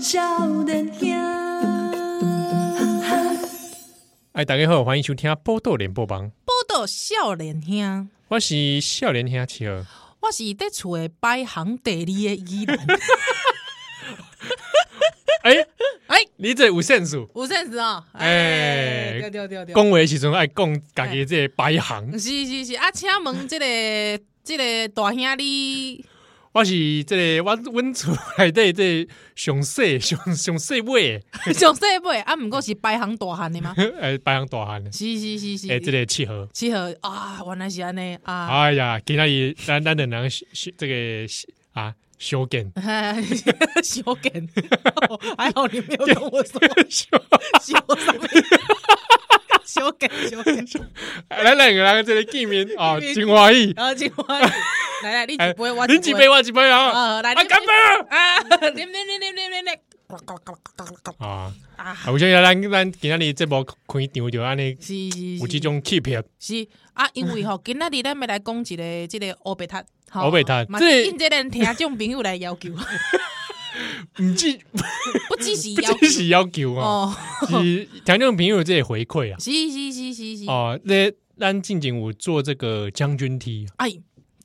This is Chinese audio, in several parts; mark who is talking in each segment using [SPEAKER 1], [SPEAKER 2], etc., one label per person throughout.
[SPEAKER 1] 少年兄，
[SPEAKER 2] 哎，大家好，欢迎收听《波豆联播帮》，
[SPEAKER 3] 报道少年兄，
[SPEAKER 2] 我是少年兄企鹅。
[SPEAKER 3] 我是伫厝诶排行第二诶伊 人，
[SPEAKER 2] 哎、
[SPEAKER 3] 哎，
[SPEAKER 2] 你这有线数，
[SPEAKER 3] 有阵子哦，
[SPEAKER 2] 哎
[SPEAKER 3] 哎，对对对对，
[SPEAKER 2] 恭维时阵爱讲家己这个排行，
[SPEAKER 3] 是是是，啊，请问即、 个即、个大兄你，
[SPEAKER 2] 我是这个我阮厝内底这个上细上上细尾的，
[SPEAKER 3] 上细辈啊，毋过是排行大汉 诶吗？
[SPEAKER 2] 哎，排行大汉的，
[SPEAKER 3] 是是是是，
[SPEAKER 2] 哎，这个契合。
[SPEAKER 3] 七号啊，原来是安尼啊，
[SPEAKER 2] 哎呀，今仔日咱咱的人是是这个是啊，修 建
[SPEAKER 3] 哎 小梗，还好你没有跟我说小 什么，小梗小梗，
[SPEAKER 2] 咱两个人这个见面啊，真欢喜。
[SPEAKER 3] 然后今晚来来，你
[SPEAKER 2] 哎
[SPEAKER 3] 几杯，我
[SPEAKER 2] 你几杯，我几杯啊！
[SPEAKER 3] 啊，来，
[SPEAKER 2] 啊，干杯！
[SPEAKER 3] 啊！啉啉啉啉啉啉啉，
[SPEAKER 2] 啊！
[SPEAKER 3] 啊！
[SPEAKER 2] 啊，有些咱咱今仔日节目开场就安尼
[SPEAKER 3] 是是
[SPEAKER 2] 有
[SPEAKER 3] 是
[SPEAKER 2] 即种欺骗，
[SPEAKER 3] 是啊，因为吼，今仔日咱要来讲一个即个乌白塔，
[SPEAKER 2] 黑白塔
[SPEAKER 3] 嘛
[SPEAKER 2] 这
[SPEAKER 3] 是因这个听众朋友来要求，
[SPEAKER 2] 毋止
[SPEAKER 3] 不只嗯是
[SPEAKER 2] 不
[SPEAKER 3] 要
[SPEAKER 2] 只是
[SPEAKER 3] 求
[SPEAKER 2] 要求啊，
[SPEAKER 3] 哦，
[SPEAKER 2] 是听众朋友这个回馈啊。
[SPEAKER 3] 是是是是是，
[SPEAKER 2] 哦，那咱近前有做这个将军梯
[SPEAKER 3] 哎，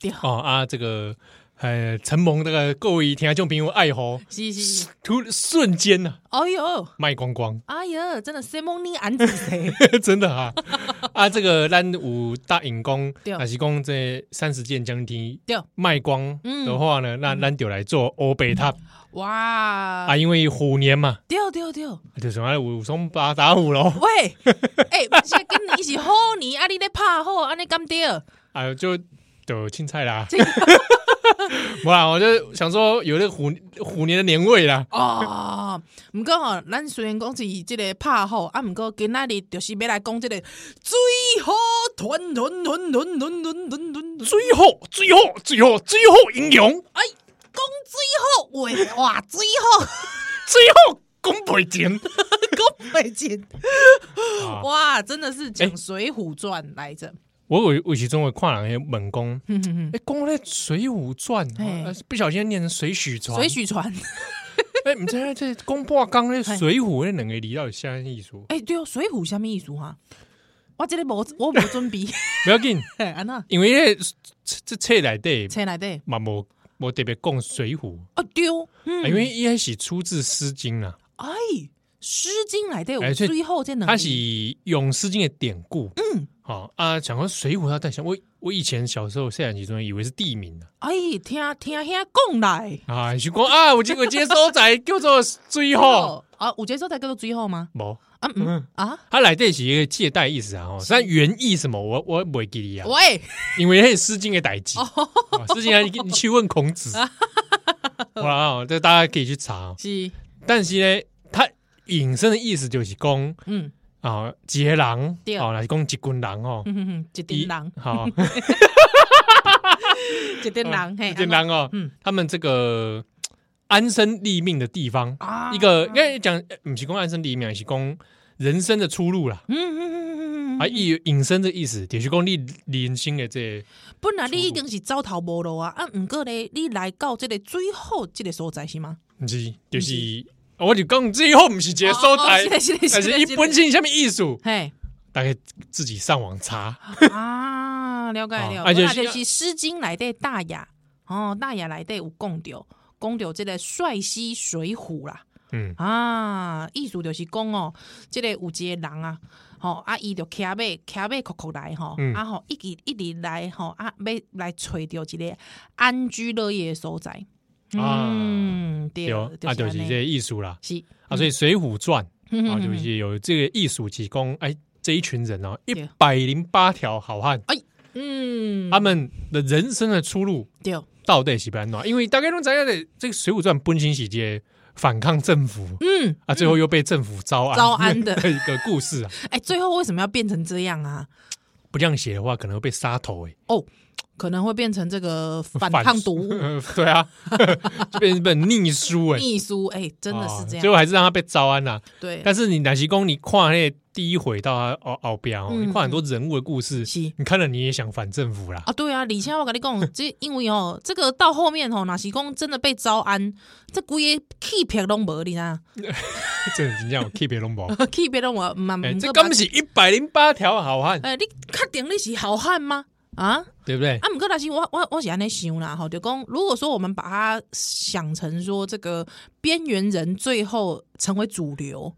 [SPEAKER 3] 对，
[SPEAKER 2] 哦啊，这个呃承蒙这个各位听众朋友爱护，
[SPEAKER 3] 是是是，
[SPEAKER 2] 突瞬间啊
[SPEAKER 3] 哎呦，
[SPEAKER 2] 卖光光，
[SPEAKER 3] 哎呦，真的西蒙尼安子谁？
[SPEAKER 2] 真的啊啊！这个咱有答应讲，
[SPEAKER 3] 对
[SPEAKER 2] 还是讲这三十件将军梯
[SPEAKER 3] 对，
[SPEAKER 2] 卖光
[SPEAKER 3] 嗯
[SPEAKER 2] 的话呢，那咱就来做欧贝塔啊，
[SPEAKER 3] 哇，
[SPEAKER 2] 因为虎年嘛。
[SPEAKER 3] 对对对，
[SPEAKER 2] 啊就是安尼武松八打虎 咯，
[SPEAKER 3] 喂，哎，不是跟你一起好你啊，你咧拍好，安尼干对，
[SPEAKER 2] 啊，就就青菜啦。 不啦，我就想说有那个虎虎年的年味啦。
[SPEAKER 3] 哦，毋过吼，咱虽然讲是即个拍吼，啊，毋过今仔日就是要来讲即个最好团团团团团团团团，
[SPEAKER 2] 最后，最后，最后，最后英雄，
[SPEAKER 3] 哎，讲最好话哇，最好
[SPEAKER 2] 最后公赔钱。
[SPEAKER 3] 讲袂尽，
[SPEAKER 2] 啊
[SPEAKER 3] 哇，真的是讲《水浒传》来着，
[SPEAKER 2] 我有有时阵会看人迄问讲，
[SPEAKER 3] 哼哼哼
[SPEAKER 2] 哎，讲咧《水浒传》
[SPEAKER 3] 嗯嘿
[SPEAKER 2] 啊，不小心念成《水浒传》。
[SPEAKER 3] 水，浒传》
[SPEAKER 2] 哎，唔知这公半刚咧《水浒》那两个字到底啥意思？
[SPEAKER 3] 哎，对哦，《水浒》什么意思啊？我即个无我无准备，
[SPEAKER 2] 不要紧，
[SPEAKER 3] 嘿安那
[SPEAKER 2] 因为咧这这册内底
[SPEAKER 3] 车内底
[SPEAKER 2] 嘛无无特别讲《水浒》。
[SPEAKER 3] 哦对哦，嗯
[SPEAKER 2] 啊因为伊迄是出自《诗经》啊，
[SPEAKER 3] 哎，《诗经》内底
[SPEAKER 2] 哎
[SPEAKER 3] 有
[SPEAKER 2] 所以
[SPEAKER 3] 最后这两
[SPEAKER 2] 它
[SPEAKER 3] 个
[SPEAKER 2] 是用《诗经》的典故。嗯，好啊，讲到《水浒》要带想，我我以前小时候细汉时阵以为是地名呢
[SPEAKER 3] 哎，听听遐讲来，
[SPEAKER 2] 啊，是讲啊，有一个这所在叫做水浒，
[SPEAKER 3] 啊，有这所在叫做最后吗？
[SPEAKER 2] 无，
[SPEAKER 3] 啊嗯啊，
[SPEAKER 2] 它内底是一个借代意思啊，吼，但原意什么我我袂记得啊，
[SPEAKER 3] 喂，
[SPEAKER 2] 因为迄是《诗经》的代
[SPEAKER 3] 哦
[SPEAKER 2] 志，啊《诗经》还你去问孔 子，好啦，哦这大家可以去查哦。
[SPEAKER 3] 是
[SPEAKER 2] 但是呢，它引申的意思就是讲
[SPEAKER 3] 嗯
[SPEAKER 2] 啊，一个人，
[SPEAKER 3] 对
[SPEAKER 2] 哦，来讲一群人哦。
[SPEAKER 3] 嗯嗯，一
[SPEAKER 2] 一
[SPEAKER 3] 点人，
[SPEAKER 2] 好，
[SPEAKER 3] 一点人，嘿，
[SPEAKER 2] 一点人哦
[SPEAKER 3] 嗯，
[SPEAKER 2] 他们这个嘖安身立命的地方，
[SPEAKER 3] 啊
[SPEAKER 2] 一个应该讲呃不是讲安身立命，而是讲人生的出路啦，
[SPEAKER 3] 嗯嗯嗯嗯
[SPEAKER 2] 啊，
[SPEAKER 3] 嗯，
[SPEAKER 2] 引引申的意思，就是讲你人生的这
[SPEAKER 3] 本来你一定是走投无路啊，啊，毋过咧，你来到即个最后即个所在是吗？
[SPEAKER 2] 不是就是，哦我就讲最后不是一个所在
[SPEAKER 3] 嗯哦哦是的是的，
[SPEAKER 2] 但
[SPEAKER 3] 是
[SPEAKER 2] 是
[SPEAKER 3] 的
[SPEAKER 2] 一
[SPEAKER 3] 是的
[SPEAKER 2] 本身什么意思，
[SPEAKER 3] 嘿
[SPEAKER 2] 大概自己上网查，
[SPEAKER 3] 啊，了解
[SPEAKER 2] 哦
[SPEAKER 3] 了，
[SPEAKER 2] 啊
[SPEAKER 3] 啊，
[SPEAKER 2] 就
[SPEAKER 3] 就是是《诗经》内底大雅，哦，大雅内底有讲着讲着即个帅西水浒啦。
[SPEAKER 2] 嗯，
[SPEAKER 3] 啊，意思就是讲哦，即、个有一个人啊，吼、啊，伊就骑马骑马哭哭来吼，
[SPEAKER 2] 嗯
[SPEAKER 3] 啊吼，一直一直来吼，啊，要来找着一个安居乐业的所在。
[SPEAKER 2] 啊
[SPEAKER 3] 嗯，对，
[SPEAKER 2] 对哦，啊，就是
[SPEAKER 3] 安尼
[SPEAKER 2] 这个意思啦，
[SPEAKER 3] 是
[SPEAKER 2] 啊，所以《水浒传》
[SPEAKER 3] 嗯
[SPEAKER 2] 啊，就
[SPEAKER 3] 嗯
[SPEAKER 2] 是有这个艺术提供，哎，这一群人哦，一
[SPEAKER 3] 对
[SPEAKER 2] 百零八条好汉，
[SPEAKER 3] 嗯，
[SPEAKER 2] 他们的人生的出路
[SPEAKER 3] 对，
[SPEAKER 2] 到底是不安暖？因为大概都知道的，这个《水浒传》奔行洗劫反抗政府
[SPEAKER 3] 嗯，
[SPEAKER 2] 啊，最后又被政府招安
[SPEAKER 3] 招安的
[SPEAKER 2] 一个故事啊，
[SPEAKER 3] 哎、最后为什么要变成这样啊？
[SPEAKER 2] 不这样写的话，可能会被杀头哎。
[SPEAKER 3] 哦，可能会变成这个 反抗毒物
[SPEAKER 2] 呃 对啊， 就变成本逆书哎、
[SPEAKER 3] 秘书，哎、真的是这
[SPEAKER 2] 哦
[SPEAKER 3] 样，
[SPEAKER 2] 结果还是让他被招安啦、啊
[SPEAKER 3] 对，
[SPEAKER 2] 但是你南西公，你跨那第一回到他奥奥边哦，
[SPEAKER 3] 嗯
[SPEAKER 2] 你跨很多人物的故事，
[SPEAKER 3] 是
[SPEAKER 2] 你看了你也想反政府啦。
[SPEAKER 3] 啊，对啊，李且我跟你讲，这因为哦，这个到后面哦，若是讲真的被招安，这规个气魄拢无，你知影
[SPEAKER 2] 这真的有 keep 龙宝，
[SPEAKER 3] 气魄拢无，嘛
[SPEAKER 2] 哎，
[SPEAKER 3] 毋
[SPEAKER 2] 这
[SPEAKER 3] 过
[SPEAKER 2] 刚不是一百零八条好汉，
[SPEAKER 3] 诶、你确定你是好汉吗？啊
[SPEAKER 2] 对不对？
[SPEAKER 3] 哎啊！毋过，但是我我我是安尼想啦，吼，就讲如果说我们把它想成说这个边缘人最后成为主 流，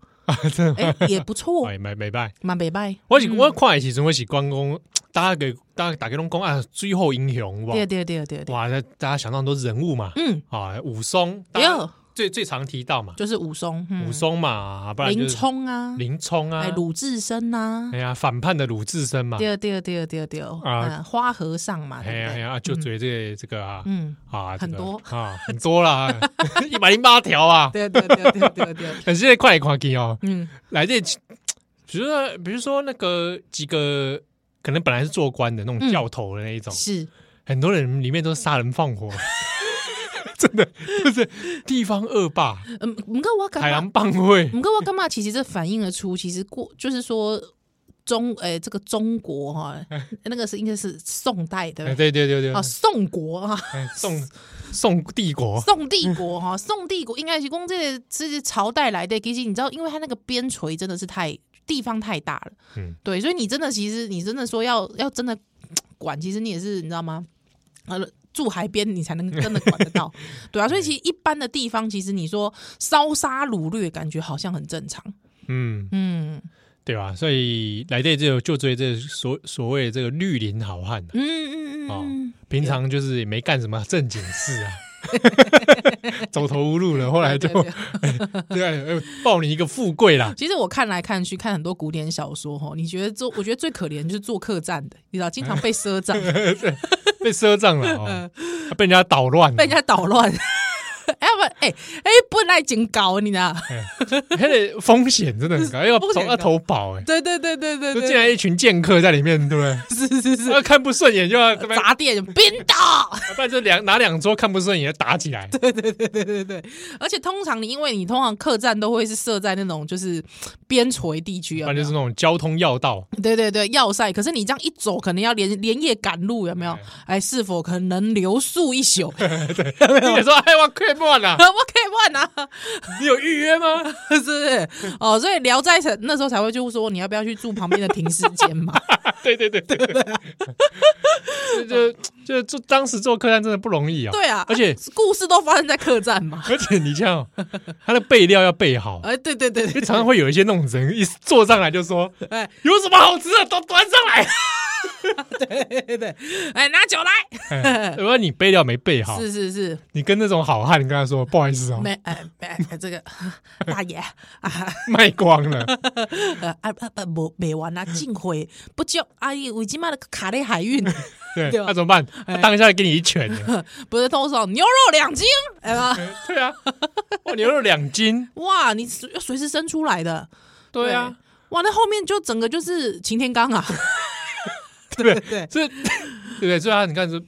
[SPEAKER 3] 诶、也不错，
[SPEAKER 2] 哎，没没拜，
[SPEAKER 3] 蛮袂歹。
[SPEAKER 2] 我是我看的时阵我是关公，大家给大家打开龙宫啊，最后英雄哇
[SPEAKER 3] 对对对对对，
[SPEAKER 2] 哇，那大家想到很多人物嘛，
[SPEAKER 3] 嗯，
[SPEAKER 2] 啊，武松，大
[SPEAKER 3] 对，
[SPEAKER 2] 家最最常提到嘛，
[SPEAKER 3] 就是武松，嗯、
[SPEAKER 2] 武松嘛，不然就
[SPEAKER 3] 林
[SPEAKER 2] 是
[SPEAKER 3] 冲啊，
[SPEAKER 2] 林冲啊
[SPEAKER 3] 哎，，鲁智深啊呐、
[SPEAKER 2] 哎呀，反叛的鲁智深嘛，
[SPEAKER 3] 对对对对对，嗯，花和尚嘛，
[SPEAKER 2] 哎啊
[SPEAKER 3] 对
[SPEAKER 2] 呀
[SPEAKER 3] 不
[SPEAKER 2] 哎
[SPEAKER 3] 对？
[SPEAKER 2] 呀，就嘴这这个啊，
[SPEAKER 3] 嗯，
[SPEAKER 2] 啊，
[SPEAKER 3] 很
[SPEAKER 2] 这个
[SPEAKER 3] 多
[SPEAKER 2] 啊，很多啦， 一百零八条啊。
[SPEAKER 3] 对对对对对对，
[SPEAKER 2] 但是现在快来看去哦，
[SPEAKER 3] 嗯，
[SPEAKER 2] 来这，比如说比如说那个几个可能本来是做官的那种
[SPEAKER 3] 嗯
[SPEAKER 2] 教头的那一种，
[SPEAKER 3] 是，
[SPEAKER 2] 很多人里面都是杀人放火， 真的就是地方恶霸、
[SPEAKER 3] 嗯，不过我
[SPEAKER 2] 豺
[SPEAKER 3] 感觉，嗯
[SPEAKER 2] 狼帮会，
[SPEAKER 3] 不过我感觉其实这反映了出，其实过就是说中，诶，这个中 国哈，那个是应该是宋代
[SPEAKER 2] 哎
[SPEAKER 3] 的
[SPEAKER 2] 对对对对
[SPEAKER 3] 啊，，宋国啊，
[SPEAKER 2] 哎宋宋帝国，
[SPEAKER 3] 宋帝国哈，宋帝国应该是光这个这些朝代来的，其实你知道，因为它那个边陲真的是太地方太大了，
[SPEAKER 2] 嗯
[SPEAKER 3] 对，所以你真的其实你真的说要要真的管，其实你也是你知道吗？呃，住海边你才能真的管得到，对啊，所以其实一般的地方，其实你说烧杀掳掠，感觉好像很正常，
[SPEAKER 2] 嗯，
[SPEAKER 3] 嗯
[SPEAKER 2] 对吧？所以来这就就追这所所谓这个绿林好汉啊
[SPEAKER 3] 嗯嗯嗯嗯，
[SPEAKER 2] 平常就是也没干什么正经事 啊，走投无路了，后来就
[SPEAKER 3] 对对对
[SPEAKER 2] 对呃抱你一个富贵 啦，
[SPEAKER 3] 其实我看来看去看很多古典小说哈，你觉得做我觉得最可怜就是做客栈的，你知道经常被赊账，
[SPEAKER 2] 被赊账了哦，被人家捣乱，
[SPEAKER 3] 嗯被人家捣乱。 哎不，哎哎，本来警告你 呢。
[SPEAKER 2] 他的风险真的很高，要
[SPEAKER 3] 风险
[SPEAKER 2] 投
[SPEAKER 3] 很高
[SPEAKER 2] 要投保哎，
[SPEAKER 3] 对对对对对
[SPEAKER 2] 就
[SPEAKER 3] 对，
[SPEAKER 2] 进来一群剑客在里面，对不对？
[SPEAKER 3] 是是 是，
[SPEAKER 2] 要看不顺眼就要这边，
[SPEAKER 3] 砸店冰岛。
[SPEAKER 2] 不然就两拿两桌看不顺眼就打起来，
[SPEAKER 3] 对对对，而且通常你因为你通常客栈都会是设在那种就是边陲地区
[SPEAKER 2] 不
[SPEAKER 3] 啊
[SPEAKER 2] 然，就是那种交通要 道，
[SPEAKER 3] 对对对，要塞。可是你这样一走，可能要连连夜赶路，有没有？哎，是否可能留宿 一宿？ 我
[SPEAKER 2] 你说哎我快断 了，
[SPEAKER 3] 可以问啊，
[SPEAKER 2] 你有预约吗？
[SPEAKER 3] 是不是？哦，所以聊斋才那时候才会就说你要不要去住旁边的停尸 间嘛？
[SPEAKER 2] 对对对对， 就就就就当时做客栈真的不容易啊。
[SPEAKER 3] 对啊，
[SPEAKER 2] 而且
[SPEAKER 3] 故事都发生在客栈 嘛。
[SPEAKER 2] 而且你这样，他的备料要备好，
[SPEAKER 3] 哎，对对对
[SPEAKER 2] 因为
[SPEAKER 3] 对，
[SPEAKER 2] 常常会有一些那种人一坐上来就说
[SPEAKER 3] 哎，
[SPEAKER 2] 有什么好吃的都端上来，
[SPEAKER 3] 对对对，哎，拿酒来。
[SPEAKER 2] 哎 如果你备料没备好，
[SPEAKER 3] 是是是，
[SPEAKER 2] 你跟那种好汉你跟他说不好意思哦，
[SPEAKER 3] 没哎哎哎这个 大爷啊，
[SPEAKER 2] 卖光 了，
[SPEAKER 3] 呃啊啊啊，无卖完啊，进货不久，哎阿姨为即嘛卡在 海运，
[SPEAKER 2] 对，
[SPEAKER 3] 对啊
[SPEAKER 2] 那怎么办？他当下给你一拳，
[SPEAKER 3] 不是通常牛肉两斤，哎呀，
[SPEAKER 2] 对啊，哇，牛肉两 斤，
[SPEAKER 3] 哇，你随随时生出来的，
[SPEAKER 2] 对啊，
[SPEAKER 3] 哇，那后面就整个就是擎天刚 啊，
[SPEAKER 2] 对不对？
[SPEAKER 3] 对，
[SPEAKER 2] 这对不对？所以 他你看这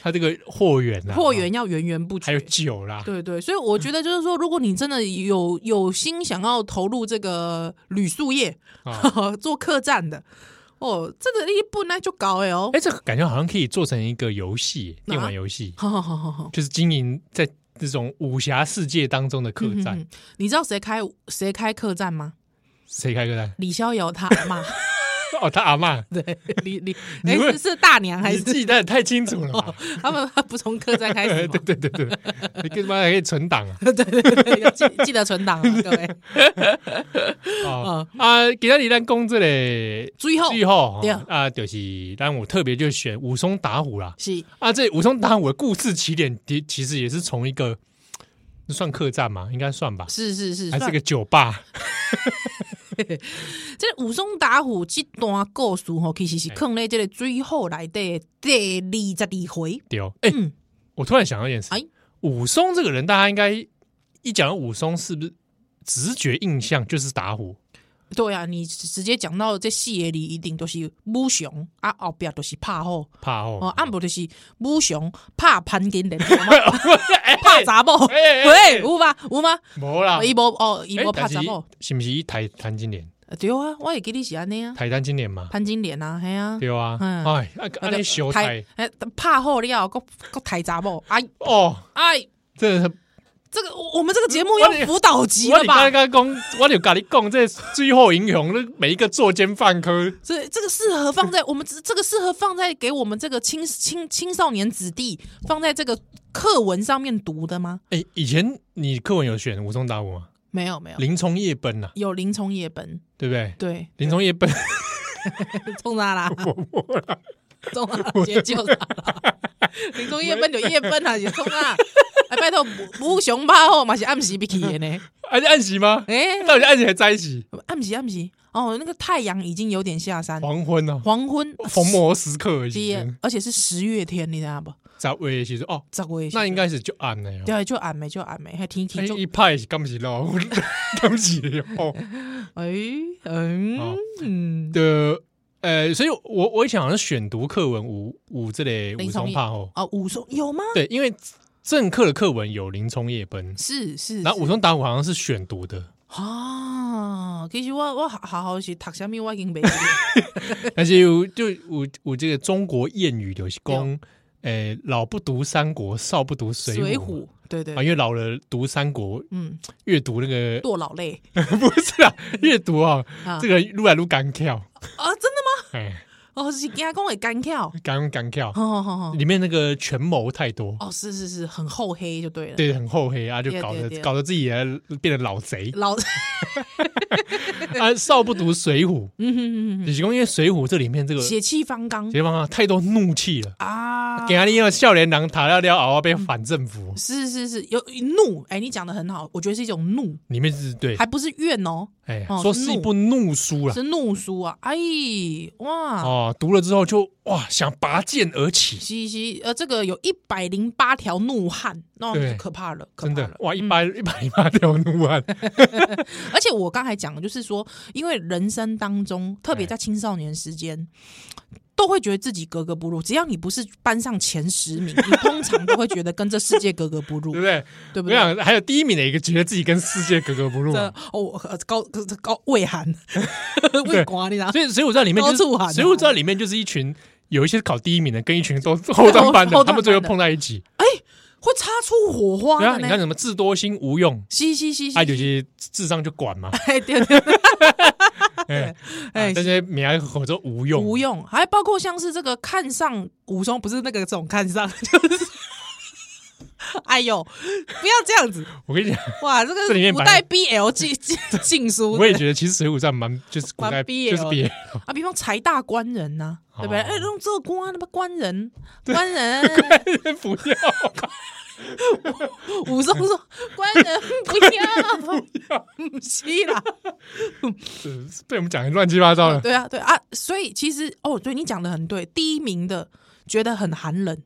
[SPEAKER 2] 他这个货源啊，
[SPEAKER 3] 货源要源源不
[SPEAKER 2] 还有
[SPEAKER 3] 绝。
[SPEAKER 2] 酒啦，
[SPEAKER 3] 对对，所以我觉得就是说，如果你真的有有心想要投入这个旅宿业，
[SPEAKER 2] 哦
[SPEAKER 3] 做客栈的，哦，这个你不那就搞哎哦
[SPEAKER 2] 哎、，这个感觉好像可以做成一个游 戏，
[SPEAKER 3] 啊
[SPEAKER 2] 电玩游戏，
[SPEAKER 3] 好好好好好。
[SPEAKER 2] 就是经营在这种武侠世界当中的客
[SPEAKER 3] 嗯
[SPEAKER 2] 栈。
[SPEAKER 3] 嗯你知道谁开谁开客栈吗？
[SPEAKER 2] 谁、开客栈？
[SPEAKER 3] 李逍遥他阿 妈，
[SPEAKER 2] 哦，他阿嬷，
[SPEAKER 3] 对，李李，
[SPEAKER 2] 你
[SPEAKER 3] 哎、
[SPEAKER 2] 会
[SPEAKER 3] 是是大娘 还
[SPEAKER 2] 你
[SPEAKER 3] 是
[SPEAKER 2] 记得太清楚了吧？
[SPEAKER 3] 他们？他不从客栈开始
[SPEAKER 2] 对
[SPEAKER 3] 吗？
[SPEAKER 2] 对对对，你他妈还可以存档啊！
[SPEAKER 3] 对 对对，要记记得存 档啊，各位。 嗯
[SPEAKER 2] 哦啊，给他李诞公这里
[SPEAKER 3] 最后
[SPEAKER 2] 最后
[SPEAKER 3] 对
[SPEAKER 2] 哦啊，就是但我特别就选武松打虎啦。
[SPEAKER 3] 是
[SPEAKER 2] 啊，这武松打虎的故事起点，其其实也是从一个算客栈嘛，应该算吧，
[SPEAKER 3] 是是是，
[SPEAKER 2] 还是
[SPEAKER 3] 算
[SPEAKER 2] 个酒吧？
[SPEAKER 3] 这武松打虎这段故事吼，其实
[SPEAKER 2] 哎
[SPEAKER 3] 是坑在这个最后来的第二十二回。
[SPEAKER 2] 丢哎、
[SPEAKER 3] 嗯，
[SPEAKER 2] 我突然想到一件事，
[SPEAKER 3] 哎
[SPEAKER 2] 武松这个人，大家应该一讲到武松，是不是直觉印象就是打虎？
[SPEAKER 3] 对啊，你直接讲到这四个字，一定都是母熊啊，后壁都是拍虎
[SPEAKER 2] 怕
[SPEAKER 3] 哦，
[SPEAKER 2] 哦。
[SPEAKER 3] 啊无就是母熊拍潘 金莲，拍查某，
[SPEAKER 2] 哎哎哎
[SPEAKER 3] 喂，有吗？有吗？
[SPEAKER 2] 无啦，
[SPEAKER 3] 伊无哦，伊
[SPEAKER 2] 哎
[SPEAKER 3] 无
[SPEAKER 2] 但
[SPEAKER 3] 拍
[SPEAKER 2] 是
[SPEAKER 3] 查某，
[SPEAKER 2] 是不是台谈金莲？
[SPEAKER 3] 对啊，我会记你是安尼啊，
[SPEAKER 2] 台谈金莲嘛？
[SPEAKER 3] 潘金莲啊，系啊，
[SPEAKER 2] 对啊，
[SPEAKER 3] 嗯
[SPEAKER 2] 哎，啊，安尼小台
[SPEAKER 3] 哎，拍好了，搁搁抬查某，哎
[SPEAKER 2] 哦，
[SPEAKER 3] 哎，
[SPEAKER 2] 真的是。
[SPEAKER 3] 这个我我们这个节目要
[SPEAKER 2] 我得
[SPEAKER 3] 辅导级
[SPEAKER 2] 我
[SPEAKER 3] 了
[SPEAKER 2] 就
[SPEAKER 3] 吧
[SPEAKER 2] 刚？刚讲，我就跟你讲，这最后英雄，那每一个作奸犯科，
[SPEAKER 3] 所以这个适合放在 我们这这个适合放在给我们这个青青青少年子弟放在这个课文上面读的吗？
[SPEAKER 2] 哎、以前你课文有选武松打虎吗？
[SPEAKER 3] 没有没有，
[SPEAKER 2] 林冲夜奔呐、啊，
[SPEAKER 3] 有林冲夜奔，
[SPEAKER 2] 对不对？
[SPEAKER 3] 对，
[SPEAKER 2] 林冲夜 奔，
[SPEAKER 3] 冲啥 啦？冲啊！解救啥啦？ 林冲夜奔就夜奔啊，是冲啊！哎，拜托，母熊怕后嘛是暗时必去 的呢。
[SPEAKER 2] 还是暗喜吗？
[SPEAKER 3] 哎、
[SPEAKER 2] 到底暗喜还在一起？
[SPEAKER 3] 暗时暗时哦，那个太阳已经有点下山，
[SPEAKER 2] 黄昏哦、
[SPEAKER 3] 黄昏，
[SPEAKER 2] 逢魔时刻而
[SPEAKER 3] 是
[SPEAKER 2] 已
[SPEAKER 3] 的，而且是十月天，你知道不？
[SPEAKER 2] 在位其实哦，
[SPEAKER 3] 十月
[SPEAKER 2] 那应该是就暗了哟。
[SPEAKER 3] 对，啊就暗暝就暗暝，还天
[SPEAKER 2] 哎
[SPEAKER 3] 气就
[SPEAKER 2] 一派是刚是 老，刚是哦
[SPEAKER 3] 哎，嗯
[SPEAKER 2] 哦
[SPEAKER 3] 嗯，
[SPEAKER 2] 的，呃，所以我我以前好像选读课文五五这类
[SPEAKER 3] 林
[SPEAKER 2] 武
[SPEAKER 3] 冲
[SPEAKER 2] 松
[SPEAKER 3] 夜
[SPEAKER 2] 怕后，
[SPEAKER 3] 哦，武松有吗？
[SPEAKER 2] 对，因为正课的课文有林冲夜奔，
[SPEAKER 3] 是是，
[SPEAKER 2] 然后武
[SPEAKER 3] 是
[SPEAKER 2] 松打虎好像是选读的，
[SPEAKER 3] 啊，其实我我好好是读什么我已经袂记了
[SPEAKER 2] 但是有就有有这个中国谚语就是讲，诶、老不读三国，少不读水
[SPEAKER 3] 水
[SPEAKER 2] 浒嘛
[SPEAKER 3] 浒，对对
[SPEAKER 2] 啊，，因为老了读三国，
[SPEAKER 3] 嗯，
[SPEAKER 2] 越读那个
[SPEAKER 3] 堕老泪
[SPEAKER 2] 不是啊，越读啊，
[SPEAKER 3] 啊
[SPEAKER 2] 这个撸来撸干跳，
[SPEAKER 3] 啊，真的
[SPEAKER 2] 哎，
[SPEAKER 3] 哦，是惊讲会干跳，
[SPEAKER 2] 干干跳，
[SPEAKER 3] 好好好好，
[SPEAKER 2] 里面那个权谋太多，
[SPEAKER 3] 哦，是是是，很厚黑就对了，
[SPEAKER 2] 对，很厚黑啊，就
[SPEAKER 3] 对
[SPEAKER 2] 搞得
[SPEAKER 3] 对对
[SPEAKER 2] 搞得自己也变得老贼
[SPEAKER 3] 老， 嗯
[SPEAKER 2] 啊，少不读水浒，
[SPEAKER 3] 嗯哼哼哼
[SPEAKER 2] 李公因为水浒这里面这个
[SPEAKER 3] 哼，血气方刚
[SPEAKER 2] 地方啊太多怒气了，
[SPEAKER 3] 啊
[SPEAKER 2] 给。他利用笑脸郎塔料料熬被反政府，
[SPEAKER 3] 是是是，有怒，哎、你讲的很好，我觉得是一种怒，
[SPEAKER 2] 里面是对
[SPEAKER 3] 还不是怨哦，
[SPEAKER 2] 哎
[SPEAKER 3] 哦，
[SPEAKER 2] 说是一部怒书啦。
[SPEAKER 3] 是啊怒书啊！哎，哇，
[SPEAKER 2] 哦，读了之后就哇，想拔剑而起，
[SPEAKER 3] 西西，呃，这个有一百零八条怒汉，那
[SPEAKER 2] 对
[SPEAKER 3] 可怕了，嗯可
[SPEAKER 2] 真
[SPEAKER 3] 怕
[SPEAKER 2] 的
[SPEAKER 3] 了。
[SPEAKER 2] 哇，一百一百一八条怒 汉，
[SPEAKER 3] 而且我刚才讲的就是说，因为人生当中，特别
[SPEAKER 2] 哎
[SPEAKER 3] 在青少年时间，都会觉得自己格格不入。只要你不是班上前十 名，你通常都会觉得跟这世界格格不入
[SPEAKER 2] 对不，对？啊
[SPEAKER 3] 对
[SPEAKER 2] 我
[SPEAKER 3] 不
[SPEAKER 2] 跟你
[SPEAKER 3] 对？
[SPEAKER 2] 讲，还有第一名的一个觉得自己跟世界格格不入
[SPEAKER 3] 这
[SPEAKER 2] 啊，
[SPEAKER 3] 哦，呃高呃高胃 寒，胃寒，你知道？
[SPEAKER 2] 所以所以我在里面就是，
[SPEAKER 3] 高处喊啊
[SPEAKER 2] 所以我在里面就是一群有一些考第一名的，跟一群都后段班 的，
[SPEAKER 3] 后段班的
[SPEAKER 2] 他们最后碰在一起。
[SPEAKER 3] 会擦出火花
[SPEAKER 2] 对啊，
[SPEAKER 3] 的
[SPEAKER 2] 你看哎
[SPEAKER 3] 呢。
[SPEAKER 2] 什么智多星无 用，
[SPEAKER 3] 嘻嘻嘻嘻，
[SPEAKER 2] 爱就是智障就管嘛，啊
[SPEAKER 3] 哎对对，
[SPEAKER 2] 哎，
[SPEAKER 3] 哎
[SPEAKER 2] 啊但是名还口说无用，
[SPEAKER 3] 无用，还包括像是这个看上武松，不是那个这种看上， 就是，哎呦，不要这样子，
[SPEAKER 2] 我跟你讲，
[SPEAKER 3] 哇，这个
[SPEAKER 2] 这里面
[SPEAKER 3] 古
[SPEAKER 2] 蛮
[SPEAKER 3] 代 BL 禁禁禁 书
[SPEAKER 2] 我也觉得其实水浒传蛮就是古
[SPEAKER 3] 蛮
[SPEAKER 2] 代
[SPEAKER 3] 毕业
[SPEAKER 2] 就是
[SPEAKER 3] 哦
[SPEAKER 2] 毕业
[SPEAKER 3] 啊，比方财大官人呐、
[SPEAKER 2] 哦
[SPEAKER 3] 对不对？哎，用做官，那么官人，官 人，哦
[SPEAKER 2] 不要。
[SPEAKER 3] 武松说官人不要，不 要，不是啦，
[SPEAKER 2] 是是被我们讲的乱七八糟了。
[SPEAKER 3] 对啊，对啊，所以其实哦，对你讲的很对，第一名的觉得很寒冷，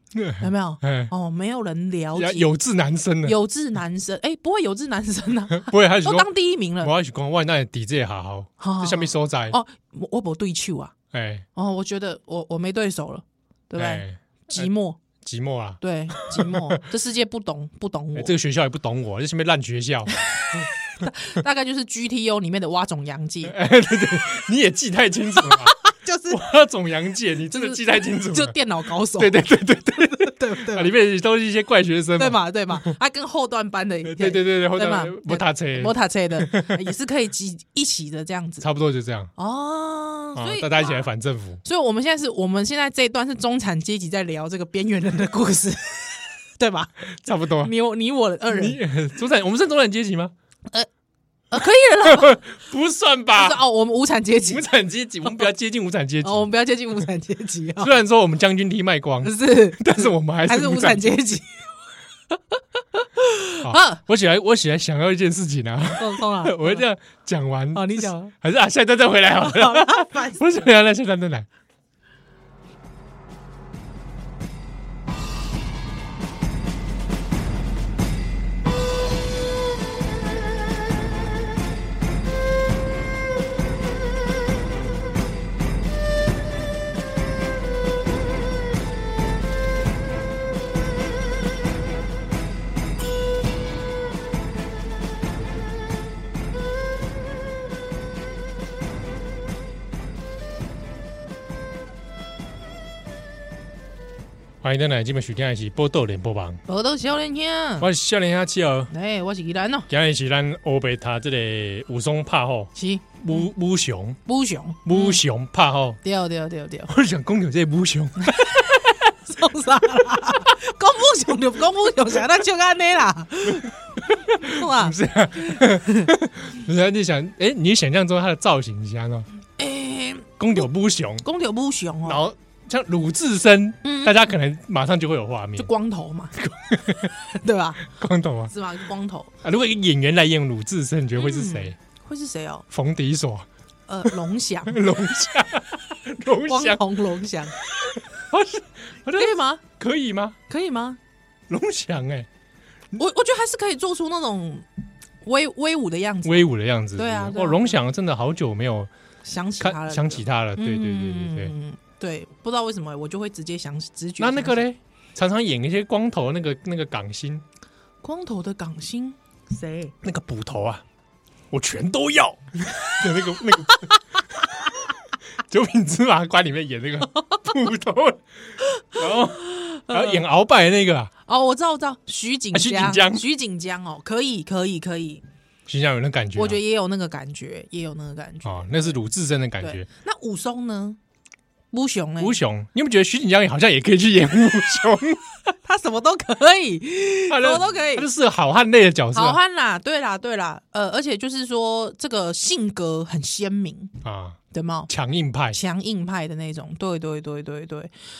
[SPEAKER 3] 有没有？
[SPEAKER 2] 哎，
[SPEAKER 3] 哦，没有人了
[SPEAKER 2] 呀
[SPEAKER 3] 解。
[SPEAKER 2] 有志男生呢，
[SPEAKER 3] 有志男生，哎、不会有志男生 啊，
[SPEAKER 2] 不会还是
[SPEAKER 3] 都
[SPEAKER 2] 说
[SPEAKER 3] 当第一名了
[SPEAKER 2] 我。要去光外那抵这好好，
[SPEAKER 3] 好好
[SPEAKER 2] 这下面收窄
[SPEAKER 3] 哦，我我不对手啊，
[SPEAKER 2] 哎，
[SPEAKER 3] 哦，我觉得我我没对手了，对不对？
[SPEAKER 2] 哎
[SPEAKER 3] 寂寞，
[SPEAKER 2] 寂寞啊，
[SPEAKER 3] 对，寂寞，这世界不懂不懂
[SPEAKER 2] 哎
[SPEAKER 3] 我
[SPEAKER 2] 这，个学校也不懂我，这下面烂学校，
[SPEAKER 3] 大概就是 GTO 里面的蛙种洋介，
[SPEAKER 2] 哎对对，你也记太清楚了吧，
[SPEAKER 3] 就是
[SPEAKER 2] 哇，总杨姐，你真的
[SPEAKER 3] 就是
[SPEAKER 2] 记太清楚
[SPEAKER 3] 就
[SPEAKER 2] 了，
[SPEAKER 3] 电脑高手，
[SPEAKER 2] 对对对对对
[SPEAKER 3] 对对
[SPEAKER 2] 啊，
[SPEAKER 3] 吧
[SPEAKER 2] 里面都是一些怪学生
[SPEAKER 3] 对
[SPEAKER 2] 嘛，
[SPEAKER 3] 嘛对嘛，他跟后段班的
[SPEAKER 2] 对对对对，后
[SPEAKER 3] 对嘛
[SPEAKER 2] 头摩塔车，
[SPEAKER 3] 摩塔车的哎也是可以集一起的这 样子
[SPEAKER 2] 差不多就这样
[SPEAKER 3] 哦，
[SPEAKER 2] 啊
[SPEAKER 3] 所以，
[SPEAKER 2] 大家一起来反政府，
[SPEAKER 3] 所以我们现在是我们现在这一段是中产阶级在聊这个边缘人的故事， 对吧？
[SPEAKER 2] 差不 多。
[SPEAKER 3] 你我你我二人
[SPEAKER 2] 你中产，我们是中产阶级吗？
[SPEAKER 3] 呃可以了啦，
[SPEAKER 2] 不算
[SPEAKER 3] 就是
[SPEAKER 2] 吧，
[SPEAKER 3] 哦，我们无产阶级
[SPEAKER 2] 啊无，产阶级，我们比较接近无产阶级。
[SPEAKER 3] 哦，我们不要接近无产阶级啊、
[SPEAKER 2] 虽然说我们将军踢卖光
[SPEAKER 3] 可，是
[SPEAKER 2] 但是我们还
[SPEAKER 3] 还
[SPEAKER 2] 是
[SPEAKER 3] 是无产阶级。
[SPEAKER 2] 好
[SPEAKER 3] 啊，
[SPEAKER 2] 我喜欢，我喜欢想要一件事情啊，
[SPEAKER 3] 宋宋啊，
[SPEAKER 2] 我会这样讲完。
[SPEAKER 3] 哦，你讲
[SPEAKER 2] 还是啊，下一段再回来好了。
[SPEAKER 3] 好了，啊烦死
[SPEAKER 2] 我想要来下一段再来。
[SPEAKER 1] 啊！
[SPEAKER 2] 欢迎登来，今晚许天一起播豆脸播榜，
[SPEAKER 3] 我都少年兄，
[SPEAKER 2] 我是少年下气儿，
[SPEAKER 3] 哎，我是宜兰哦，
[SPEAKER 2] 今日是咱欧贝塔这个武松拍吼，
[SPEAKER 3] 是
[SPEAKER 2] 武武雄
[SPEAKER 3] 武雄，
[SPEAKER 2] 武雄拍吼，
[SPEAKER 3] 对对对 对，
[SPEAKER 2] 我想讲到这个武雄，
[SPEAKER 3] 送啥啦？讲武雄就讲武雄，啥咱笑安尼 啦？哇，
[SPEAKER 2] 然后你想，哎，你想象中他的造型是安怎样？
[SPEAKER 3] 哎，
[SPEAKER 2] 公有武雄，
[SPEAKER 3] 讲到武雄
[SPEAKER 2] 然
[SPEAKER 3] 哦，
[SPEAKER 2] 后像鲁智深，
[SPEAKER 3] 嗯
[SPEAKER 2] 大家可能马上就会有画面
[SPEAKER 3] 就，光头嘛，对吧？
[SPEAKER 2] 光头啊
[SPEAKER 3] 是吧？光头
[SPEAKER 2] 啊！如果一个演员来演鲁智深，你觉得会是谁？
[SPEAKER 3] 会是谁哦？
[SPEAKER 2] 冯迪所、
[SPEAKER 3] 呃，龙翔，
[SPEAKER 2] 龙虾、 龙
[SPEAKER 3] 光
[SPEAKER 2] 虾，
[SPEAKER 3] 头龙 翔，
[SPEAKER 2] 我觉
[SPEAKER 3] 可
[SPEAKER 2] 得
[SPEAKER 3] 以吗？
[SPEAKER 2] 可以吗？
[SPEAKER 3] 可以吗？
[SPEAKER 2] 龙翔哎，
[SPEAKER 3] 我我觉得还是可以做出那种威威武的样子，
[SPEAKER 2] 威武的样子。
[SPEAKER 3] 对啊
[SPEAKER 2] 是不是
[SPEAKER 3] 对啊
[SPEAKER 2] 哦，龙翔真的好久没有
[SPEAKER 3] 想起他
[SPEAKER 2] 看
[SPEAKER 3] 了，
[SPEAKER 2] 想起他了。对对对对对。
[SPEAKER 3] 嗯对，不知道为什么我就会直接想直觉。
[SPEAKER 2] 那那个？嘞，常常演一些光头那个那个港星
[SPEAKER 3] 光头的港星谁？
[SPEAKER 2] 那个捕头啊，我全都要的那个那个九品芝麻官里面演那个捕头，然后然后演鳌拜那个啊，
[SPEAKER 3] 哦，我知道，我知道，徐锦
[SPEAKER 2] 啊徐锦江
[SPEAKER 3] 徐锦江哦，可以，可以，可以，
[SPEAKER 2] 形象有那感觉啊。
[SPEAKER 3] 我觉得也有那个感觉，也有那个感觉。
[SPEAKER 2] 哦，那是鲁智深的感觉
[SPEAKER 3] 对。，那武松呢？武雄呢？
[SPEAKER 2] 吴雄，你有没有觉得徐锦江好像也可以去演吴雄？
[SPEAKER 3] 他什么都可以，
[SPEAKER 2] 他
[SPEAKER 3] 什
[SPEAKER 2] 就
[SPEAKER 3] 么都可以
[SPEAKER 2] 他就。适合好汉类的角色
[SPEAKER 3] 好
[SPEAKER 2] 啊
[SPEAKER 3] 汉啦，对啦，对啦，呃，而且就是说这个性格很鲜明，
[SPEAKER 2] 啊，
[SPEAKER 3] 对吗？
[SPEAKER 2] 强硬派。
[SPEAKER 3] 强硬派的那种，对对对对对。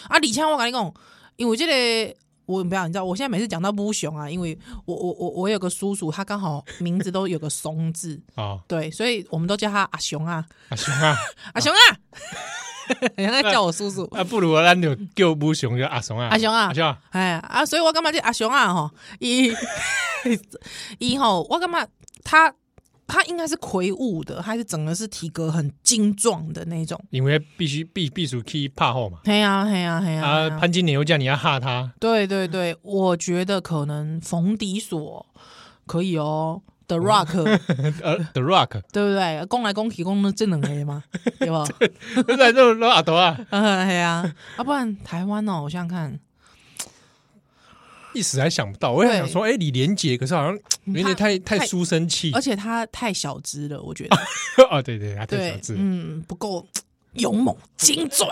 [SPEAKER 3] 啊，李强，我跟你讲，因为这个我不要，你知道，我现在每次讲到不雄啊，因为我我我我有个叔叔，他刚好名字都有个松字，
[SPEAKER 2] 哦，
[SPEAKER 3] 对，所以我们都叫他阿雄啊，
[SPEAKER 2] 啊熊啊，
[SPEAKER 3] 阿雄啊， 人家叫我叔叔，
[SPEAKER 2] 啊不如咱就叫武雄叫阿雄啊，
[SPEAKER 3] 阿雄啊
[SPEAKER 2] 阿雄啊，
[SPEAKER 3] 哎啊，所以我干嘛这阿雄啊吼， 一一吼，我干嘛他他应该是魁梧的，他是整个是体格很精壮的那种。
[SPEAKER 2] 因为必须必必属 key 怕后嘛。
[SPEAKER 3] 嘿呀、嘿呀、嘿呀、嘿
[SPEAKER 2] 啊，
[SPEAKER 3] 呀
[SPEAKER 2] 潘金莲又叫你要吓他，
[SPEAKER 3] 对对对，我觉得可能冯迪所可以哦，The Rock，、
[SPEAKER 2] 呃，The Rock，
[SPEAKER 3] 对不对？攻来攻去攻的这两个嘛， 对吧？
[SPEAKER 2] 对这种老阿头啊，
[SPEAKER 3] 嗯，对啊，啊，不然台湾哦，我想想看，
[SPEAKER 2] 一时还想不到。我也
[SPEAKER 3] 对嗯
[SPEAKER 2] 想说，哎，李连杰，可是好像有点太太
[SPEAKER 3] 太
[SPEAKER 2] 书生气
[SPEAKER 3] 而且他太小资了，我觉 得，
[SPEAKER 2] 哦，对对，他太小
[SPEAKER 3] 对，
[SPEAKER 2] 智，
[SPEAKER 3] 嗯，不够勇猛精壮，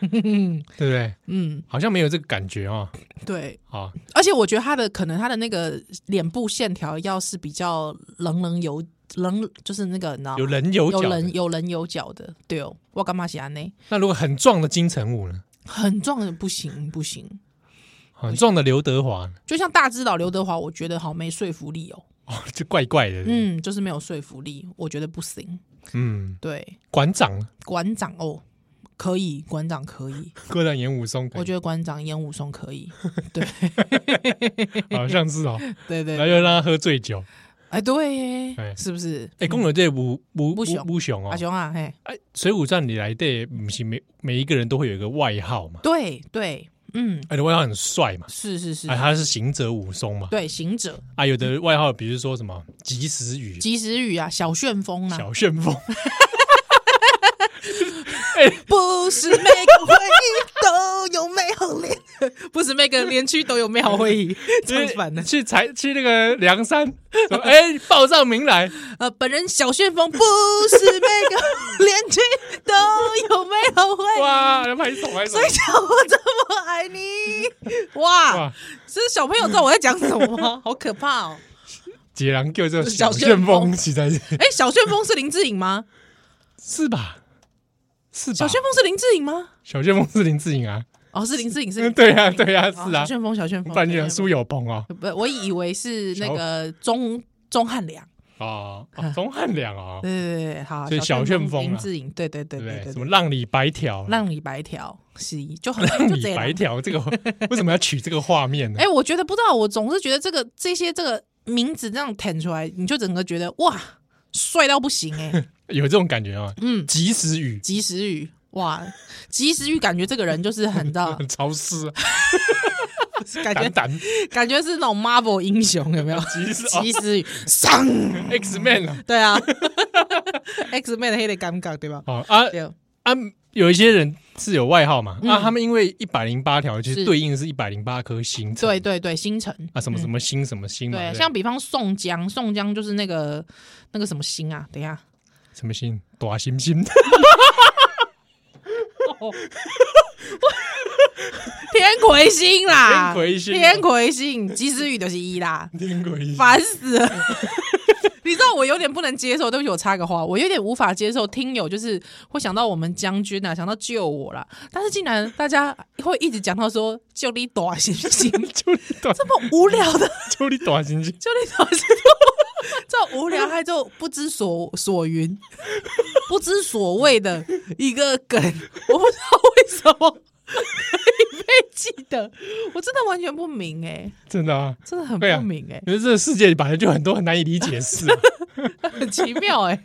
[SPEAKER 2] 对不对？
[SPEAKER 3] 嗯，
[SPEAKER 2] 好像没有这个感觉哦。
[SPEAKER 3] 对，
[SPEAKER 2] 啊，
[SPEAKER 3] 而且我觉得他的可能他的那个脸部线条要是比较棱棱有棱，就是那个你知道
[SPEAKER 2] 有棱有
[SPEAKER 3] 有
[SPEAKER 2] 角
[SPEAKER 3] 棱
[SPEAKER 2] 的。
[SPEAKER 3] 有棱有角的，对哦，我干嘛喜欢呢？
[SPEAKER 2] 那如果很壮的金城武
[SPEAKER 3] 哎
[SPEAKER 2] 呢？
[SPEAKER 3] 很壮的不行不行，
[SPEAKER 2] 很壮的刘德华呢
[SPEAKER 3] 就像大指导刘德华，我觉得好没说服力哦。
[SPEAKER 2] 哦，就怪怪的。嗯
[SPEAKER 3] 嗯，就是没有说服力，我觉得不行。
[SPEAKER 2] 嗯，
[SPEAKER 3] 对，
[SPEAKER 2] 馆长，
[SPEAKER 3] 馆长哦，可以，馆长可 以，
[SPEAKER 2] 馆长演武松，
[SPEAKER 3] 我觉得馆长演武松 可以。
[SPEAKER 2] 得好像是哦。
[SPEAKER 3] 对对
[SPEAKER 2] 然后又让他喝醉酒。
[SPEAKER 3] 哎，对耶
[SPEAKER 2] 哎，
[SPEAKER 3] 是不是？
[SPEAKER 2] 哎，公有这武武
[SPEAKER 3] 嗯武
[SPEAKER 2] 武
[SPEAKER 3] 雄
[SPEAKER 2] 武雄哦
[SPEAKER 3] 阿，雄啊，嘿，
[SPEAKER 2] 哎，《水浒传》里来的，不是每每一个人都会有一个外号嘛？
[SPEAKER 3] 对对，嗯，
[SPEAKER 2] 哎，外号很帅嘛？
[SPEAKER 3] 是是是
[SPEAKER 2] 啊，，他是行者武松嘛？
[SPEAKER 3] 对，行者、
[SPEAKER 2] 啊，有的外号，比如说什么及时雨、
[SPEAKER 3] 及时雨啊，小旋风啊，
[SPEAKER 2] 小旋 风，
[SPEAKER 3] 不是每个回忆都有美好连， 不是每个连区都有美好 回忆，唱反了。
[SPEAKER 2] 去采去那个梁山，说哎，报上名来，
[SPEAKER 3] 呃，本人小旋风不是每个连军都有美好回忆，
[SPEAKER 2] 哇，拍手拍手
[SPEAKER 3] 哎所，以叫我这么爱你。哇
[SPEAKER 2] 哇，，
[SPEAKER 3] 这小朋友知道我在讲什么吗？好可怕哦！
[SPEAKER 2] 杰郎就这
[SPEAKER 3] 小
[SPEAKER 2] 小
[SPEAKER 3] 旋
[SPEAKER 2] 旋
[SPEAKER 3] 风
[SPEAKER 2] 风，实在是
[SPEAKER 3] 哎，小旋风是林志颖吗？
[SPEAKER 2] 是吧？是吧？
[SPEAKER 3] 小旋风是林志颖吗？
[SPEAKER 2] 小旋风是林志颖啊，
[SPEAKER 3] 哦，是林志颖，是
[SPEAKER 2] 嗯
[SPEAKER 3] 林
[SPEAKER 2] 对呀对呀
[SPEAKER 3] 哦啊
[SPEAKER 2] 是啊
[SPEAKER 3] 小，旋风，小旋风，
[SPEAKER 2] 不然就
[SPEAKER 3] 小
[SPEAKER 2] 讲
[SPEAKER 3] 旋
[SPEAKER 2] 苏有朋哦
[SPEAKER 3] 风不，我以为是那
[SPEAKER 2] 小
[SPEAKER 3] 个钟钟汉良。
[SPEAKER 2] 哦，哦钟汉良哦，
[SPEAKER 3] 对对对对，好，
[SPEAKER 2] 所以小旋风
[SPEAKER 3] 林
[SPEAKER 2] 啊
[SPEAKER 3] 志颖，对对对
[SPEAKER 2] 对不
[SPEAKER 3] 对
[SPEAKER 2] 对？
[SPEAKER 3] 对
[SPEAKER 2] 什么
[SPEAKER 3] 对，
[SPEAKER 2] 浪里白条，
[SPEAKER 3] 让你白条是就很
[SPEAKER 2] 浪
[SPEAKER 3] 就
[SPEAKER 2] 里
[SPEAKER 3] 这样
[SPEAKER 2] 白。条这个为什么要取这个画面呢
[SPEAKER 3] 哎、？我觉得不知道，我总是觉得这个这些这个名字这样弹出来，你就整个觉得哇，帅到不行哎、
[SPEAKER 2] 有这种感觉啊，
[SPEAKER 3] 嗯，
[SPEAKER 2] 及时雨。
[SPEAKER 3] 及时雨哇，及时雨感觉这个人就是很 的，
[SPEAKER 2] 很潮湿啊，
[SPEAKER 3] 哦感
[SPEAKER 2] 胆
[SPEAKER 3] 觉
[SPEAKER 2] 胆
[SPEAKER 3] 感觉是那种 Marvel 英雄有没有？
[SPEAKER 2] 及时
[SPEAKER 3] 及时雨，上
[SPEAKER 2] X Man 啊，
[SPEAKER 3] 对啊，X Man 的黑的尴尬对吧？
[SPEAKER 2] 哦啊，
[SPEAKER 3] 对，
[SPEAKER 2] 啊，有一些人是有外号嘛，
[SPEAKER 3] 嗯
[SPEAKER 2] 啊，他们因为一百零八条，其实
[SPEAKER 3] 是
[SPEAKER 2] 对应是一百零八颗星辰，
[SPEAKER 3] 对对对，星辰
[SPEAKER 2] 啊，什么什
[SPEAKER 3] 嗯
[SPEAKER 2] 么星什么星嘛，
[SPEAKER 3] 对，
[SPEAKER 2] 不
[SPEAKER 3] 像比方宋江，宋江就是那个那个什么星啊，等一下，
[SPEAKER 2] 什么星，大星星，
[SPEAKER 3] 天魁星啦，
[SPEAKER 2] 天魁星啊
[SPEAKER 3] 天魁星，及时雨就是一 啦，
[SPEAKER 2] 天鬼一
[SPEAKER 3] 烦死了。 你知道我有点不能接受，对不起，我插个话，我有点无法接受听友就是会想到我们将军啊，想到救我啦，但是竟然大家会一直讲到说救你短行不行？
[SPEAKER 2] 就你大
[SPEAKER 3] 这么无聊的
[SPEAKER 2] 就你大星星，
[SPEAKER 3] 就那种是这种无聊，还就不知所所云、 不知所谓的一个梗，我不知道为什么可以被记得，我真的完全不明哎、
[SPEAKER 2] 真的啊，
[SPEAKER 3] 真的很
[SPEAKER 2] 对啊
[SPEAKER 3] 不明哎、
[SPEAKER 2] 因为这个世界里本来就很多很难以理解的事 啊。
[SPEAKER 3] 很奇妙哎、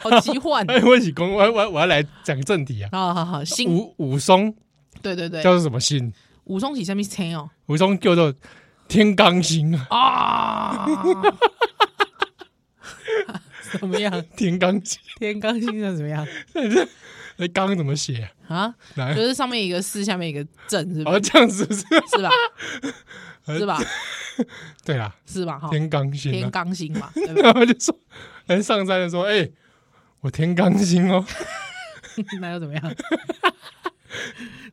[SPEAKER 3] 好奇 幻。
[SPEAKER 2] 哎，我是公，我我我要来讲正题啊。
[SPEAKER 3] 好好好，星
[SPEAKER 2] 武武松
[SPEAKER 3] 对对嗯对，
[SPEAKER 2] 叫做什么星？
[SPEAKER 3] 武松起下面天哦
[SPEAKER 2] 武松叫做天罡星啊，
[SPEAKER 3] 啊，怎么样？
[SPEAKER 2] 天罡星，
[SPEAKER 3] 天罡星象怎么样
[SPEAKER 2] 那罡怎么写啊？
[SPEAKER 3] 啊？
[SPEAKER 2] 来
[SPEAKER 3] 就，是上面一个四，下面一个正，是不
[SPEAKER 2] 哦，
[SPEAKER 3] 是？
[SPEAKER 2] 这样子 是，
[SPEAKER 3] 是吧？是吧？
[SPEAKER 2] 对啦，
[SPEAKER 3] 是吧？哈，
[SPEAKER 2] 天罡星
[SPEAKER 3] 天
[SPEAKER 2] 啊。
[SPEAKER 3] 罡星嘛，对不
[SPEAKER 2] 然后就说，哎，上山就说，哎，我天罡星哦，
[SPEAKER 3] 对？那又怎么样？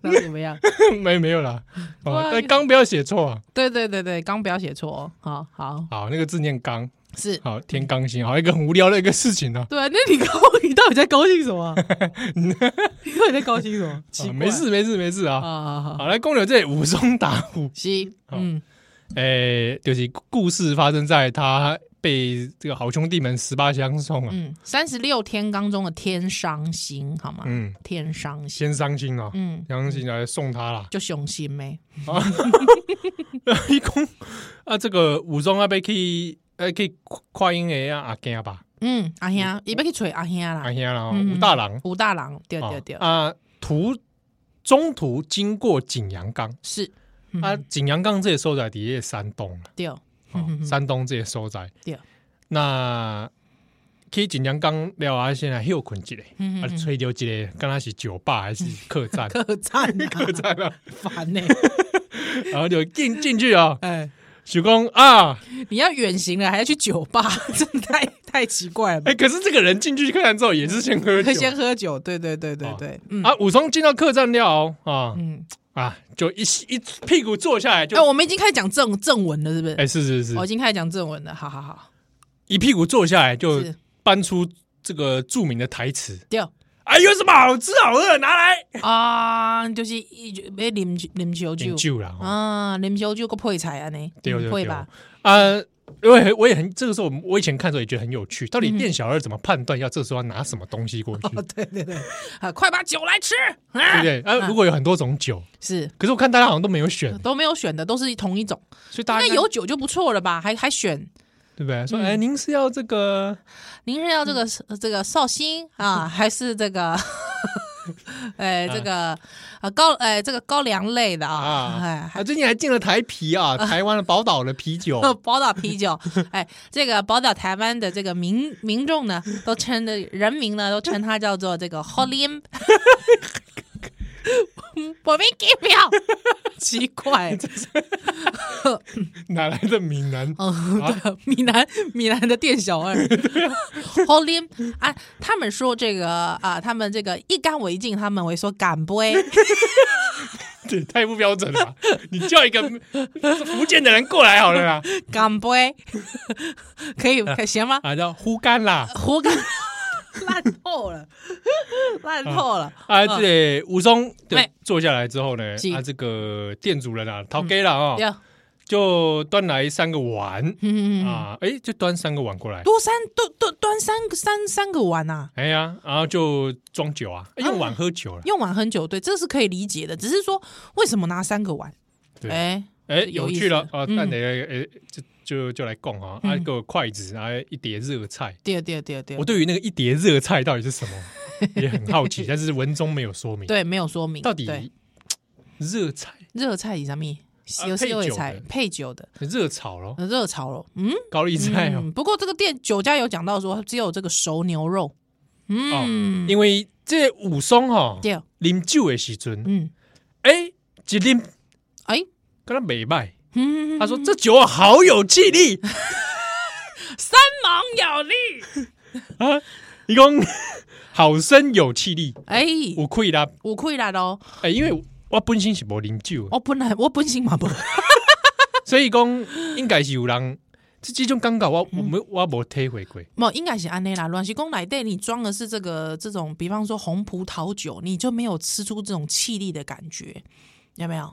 [SPEAKER 3] 那又怎么样？
[SPEAKER 2] 没没有啦，哦，
[SPEAKER 3] 对啊
[SPEAKER 2] 但罡不要写错啊。
[SPEAKER 3] 对对对对，刚不要写错哦。好好
[SPEAKER 2] 好，那个字念罡，
[SPEAKER 3] 是，
[SPEAKER 2] 好，天罡星，好，一个很无聊的一个事情哦呢。
[SPEAKER 3] 对啊。那你高，你到底在高兴什 么啊？你到底在高兴什么？奇
[SPEAKER 2] 啊
[SPEAKER 3] 怪
[SPEAKER 2] 没事没事没事啊。
[SPEAKER 3] 啊，好好
[SPEAKER 2] 好，来，公牛这里武松打虎，
[SPEAKER 3] 行，
[SPEAKER 2] 好
[SPEAKER 3] 嗯，
[SPEAKER 2] 诶、就是故事发生在他被这个好兄弟们十八相送啊，
[SPEAKER 3] 嗯，三十六天罡中的天伤星，好吗？
[SPEAKER 2] 嗯，
[SPEAKER 3] 天伤星，
[SPEAKER 2] 先伤心啊，
[SPEAKER 3] 嗯，
[SPEAKER 2] 伤心来送他啦。
[SPEAKER 3] 就雄心没，
[SPEAKER 2] 啊，一公啊，这个武松啊，被去呃去跨英诶啊阿兄吧，
[SPEAKER 3] 嗯，阿兄，伊要去找阿兄
[SPEAKER 2] 阿
[SPEAKER 3] 啦，
[SPEAKER 2] 兄啦，
[SPEAKER 3] 嗯
[SPEAKER 2] 武大郎，
[SPEAKER 3] 武大郎，对对对，
[SPEAKER 2] 啊，途中途经过景阳冈
[SPEAKER 3] 是，
[SPEAKER 2] 啊，
[SPEAKER 3] 啊，
[SPEAKER 2] 景阳冈这些收在底下山东啦，
[SPEAKER 3] 对，
[SPEAKER 2] 哦
[SPEAKER 3] 嗯嗯嗯
[SPEAKER 2] 山东这些收在
[SPEAKER 3] 对，
[SPEAKER 2] 那去景阳冈了啊，先来休困一下。
[SPEAKER 3] 嗯？
[SPEAKER 2] 啊，吹到一个，敢若是酒吧还是客栈
[SPEAKER 3] 客栈啊，客
[SPEAKER 2] 客栈啊，
[SPEAKER 3] 烦呢，
[SPEAKER 2] 然后就进进去啊，
[SPEAKER 3] 哎。
[SPEAKER 2] 许光啊，
[SPEAKER 3] 你要远行了，还要去酒吧， 真的太太奇怪了吧
[SPEAKER 2] 哎、。可是这个人进去客栈之后也是先哎喝酒
[SPEAKER 3] 可以先喝酒，对对对对对，嗯
[SPEAKER 2] 啊。武松进到客栈了啊
[SPEAKER 3] 嗯，
[SPEAKER 2] 啊，就一一屁股坐下来就
[SPEAKER 3] 哎，我们已经开始讲正正文了，是不
[SPEAKER 2] 哎、
[SPEAKER 3] 是？
[SPEAKER 2] 是是是
[SPEAKER 3] 我，已经开始讲正文了，好好好，
[SPEAKER 2] 一屁股坐下来就是搬出这个著名的台词
[SPEAKER 3] 掉
[SPEAKER 2] 啊，有什么好吃好喝的拿来？
[SPEAKER 3] 啊，就是一就要啉酒啉烧
[SPEAKER 2] 点
[SPEAKER 3] 酒
[SPEAKER 2] 酒啦哦
[SPEAKER 3] 啊，啉烧酒个配菜啊呢，
[SPEAKER 2] 对对
[SPEAKER 3] 嗯
[SPEAKER 2] 对
[SPEAKER 3] 会吧？
[SPEAKER 2] 啊。因为我也很这个时候，我以前看的时候也觉得很有趣，到底店小二怎么判断要这时候要拿什么东西过去，
[SPEAKER 3] 嗯 哦，对对对，啊，快把酒来吃，
[SPEAKER 2] 对
[SPEAKER 3] 啊
[SPEAKER 2] 不对？啊，如果有很多种酒，
[SPEAKER 3] 是
[SPEAKER 2] 可是我看大家好像都没有选，
[SPEAKER 3] 都没有选的，都是同一种，
[SPEAKER 2] 所以
[SPEAKER 3] 应
[SPEAKER 2] 大家
[SPEAKER 3] 该
[SPEAKER 2] 应该
[SPEAKER 3] 嗯有嗯酒就不错了吧？还还选？
[SPEAKER 2] 对不对？说哎，您是要这个
[SPEAKER 3] 您是要这个、这个绍兴 啊，还是这个？哎，这个啊高哎，这个高粱类的啊，
[SPEAKER 2] 啊
[SPEAKER 3] 哎，，哦
[SPEAKER 2] 啊，
[SPEAKER 3] 还
[SPEAKER 2] 最近还进了台啤啊，台湾的宝岛的啤酒
[SPEAKER 3] 宝岛啤酒，哎，这个宝岛台湾的这个民民众呢，都称的人民呢，都称它叫做这个 Holim，我没给表， 奇 怪，
[SPEAKER 2] 哪来的闽南？
[SPEAKER 3] 哦，
[SPEAKER 2] 啊
[SPEAKER 3] 对，米兰米兰的店小二，Holim 啊，他们说这个啊，他们这个一干为净，他们为说干杯，
[SPEAKER 2] 这也太不标准了吧！你叫一个福建的人过来好了啦，
[SPEAKER 3] 干杯， 可以可以行吗？
[SPEAKER 2] 啊，叫呼干啦，
[SPEAKER 3] 活干烂透了，烂透了，
[SPEAKER 2] 啊，这个武松对
[SPEAKER 3] 对
[SPEAKER 2] 坐下来之后呢
[SPEAKER 3] 嗯哎是，嗯
[SPEAKER 2] 啊，这个店主人啊，逃给了啊，
[SPEAKER 3] 要、
[SPEAKER 2] 就端来三个碗
[SPEAKER 3] 嗯，
[SPEAKER 2] 啊，哎，就端三个碗过来，
[SPEAKER 3] 多三多多端三个三三个碗啊。
[SPEAKER 2] 哎呀，然后就装酒啊，哎用碗喝酒了，
[SPEAKER 3] 用碗很久，对，这是可以理解的。只是说，为什么拿三个碗？
[SPEAKER 2] 对
[SPEAKER 3] 哎，
[SPEAKER 2] 哎，
[SPEAKER 3] 有
[SPEAKER 2] 有
[SPEAKER 3] 意
[SPEAKER 2] 趣了
[SPEAKER 3] 思
[SPEAKER 2] 啊！
[SPEAKER 3] 嗯
[SPEAKER 2] 但你哎，就就就来供啊，啊，
[SPEAKER 3] 嗯
[SPEAKER 2] 给我筷子，啊，一碟热菜。
[SPEAKER 3] 对对对对
[SPEAKER 2] 我，对于那个一碟热菜到底是什 么也很好奇，但是文中没有说明，
[SPEAKER 3] 对，没有说明
[SPEAKER 2] 到底
[SPEAKER 3] 对
[SPEAKER 2] 热菜
[SPEAKER 3] 热菜是啥咪？
[SPEAKER 2] 啊
[SPEAKER 3] 有是
[SPEAKER 2] 配酒
[SPEAKER 3] 有菜
[SPEAKER 2] 的
[SPEAKER 3] 配酒的，
[SPEAKER 2] 热炒咯，
[SPEAKER 3] 呃热炒肉，嗯，
[SPEAKER 2] 高丽菜哦，
[SPEAKER 3] 嗯。不过这个店酒家有讲到说，只有这个熟牛肉，嗯，
[SPEAKER 2] 哦因为这个武松哦吼，
[SPEAKER 3] 对，
[SPEAKER 2] 啉酒的时阵，
[SPEAKER 3] 嗯，
[SPEAKER 2] 哎，一啉，
[SPEAKER 3] 哎、
[SPEAKER 2] 跟他没卖。
[SPEAKER 3] 嗯，
[SPEAKER 2] 他说：“这酒好有气力
[SPEAKER 3] 三芒有力，
[SPEAKER 2] 啊！你讲 好生有气力，
[SPEAKER 3] 哎、
[SPEAKER 2] 我亏啦。
[SPEAKER 3] 我亏来咯，
[SPEAKER 2] 哎，因为我本身是无啉酒的，
[SPEAKER 3] 我本来我本身嘛不，
[SPEAKER 2] 所以讲应该是有人这这种感觉，
[SPEAKER 3] 嗯
[SPEAKER 2] 我我没我无体会过。
[SPEAKER 3] 冇应该是安内啦。阮是公奶对你装的是这个这种，比方说红葡萄酒，你就没有吃出这种气力的感觉，有没有？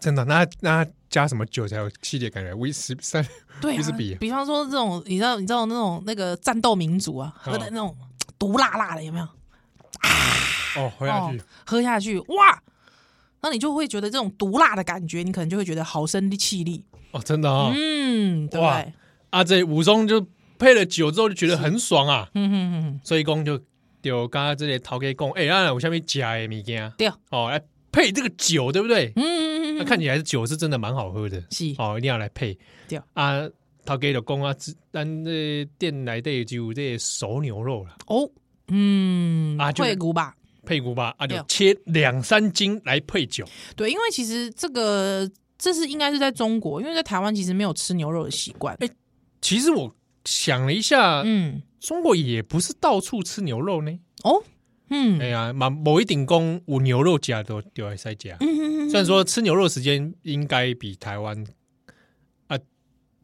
[SPEAKER 2] 真的，那那加什么酒才有气力的感觉？威士三
[SPEAKER 3] 对
[SPEAKER 2] 威士
[SPEAKER 3] 啊，
[SPEAKER 2] 比
[SPEAKER 3] 比方说这种，你知道你知道那种那个战斗民族啊，喝的那种毒辣辣的，有没有？
[SPEAKER 2] 哦，喝下去
[SPEAKER 3] 哦，喝下去，哇！那你就会觉得这种毒辣的感觉，你可能就会觉得好生气力，
[SPEAKER 2] 哦，真的啊
[SPEAKER 3] 嗯，对不
[SPEAKER 2] 哇
[SPEAKER 3] 对？
[SPEAKER 2] 啊！这武松就配了酒之后就觉得很爽啊，
[SPEAKER 3] 嗯哼哼哼，
[SPEAKER 2] 所以讲就就刚刚这些头家讲，哎，那我下面加的物件
[SPEAKER 3] 对，嗯
[SPEAKER 2] 哦，来配这个酒，对不对？
[SPEAKER 3] 嗯嗯
[SPEAKER 2] 那
[SPEAKER 3] 嗯，
[SPEAKER 2] 看起来酒是真的蛮好喝的，
[SPEAKER 3] 是
[SPEAKER 2] 哦，一定要来配
[SPEAKER 3] 对
[SPEAKER 2] 啊。头家就讲啊，只咱这店内底就有这个熟牛肉了，
[SPEAKER 3] 哦，嗯，
[SPEAKER 2] 啊就
[SPEAKER 3] 会骨吧？
[SPEAKER 2] 配牛吧，啊就
[SPEAKER 3] 对
[SPEAKER 2] 切两三斤来配酒，
[SPEAKER 3] 对，因为其实这个这是应该是在中国，因为在台湾其实没有吃牛肉的习惯。
[SPEAKER 2] 哎其实我想了一下，
[SPEAKER 3] 嗯，
[SPEAKER 2] 中国也不是到处吃牛肉呢。
[SPEAKER 3] 哦，嗯，
[SPEAKER 2] 哎呀，嘛某一顶公有牛肉夹都丢来塞夹。
[SPEAKER 3] 嗯，
[SPEAKER 2] 虽然说吃牛肉时间应该比台湾啊，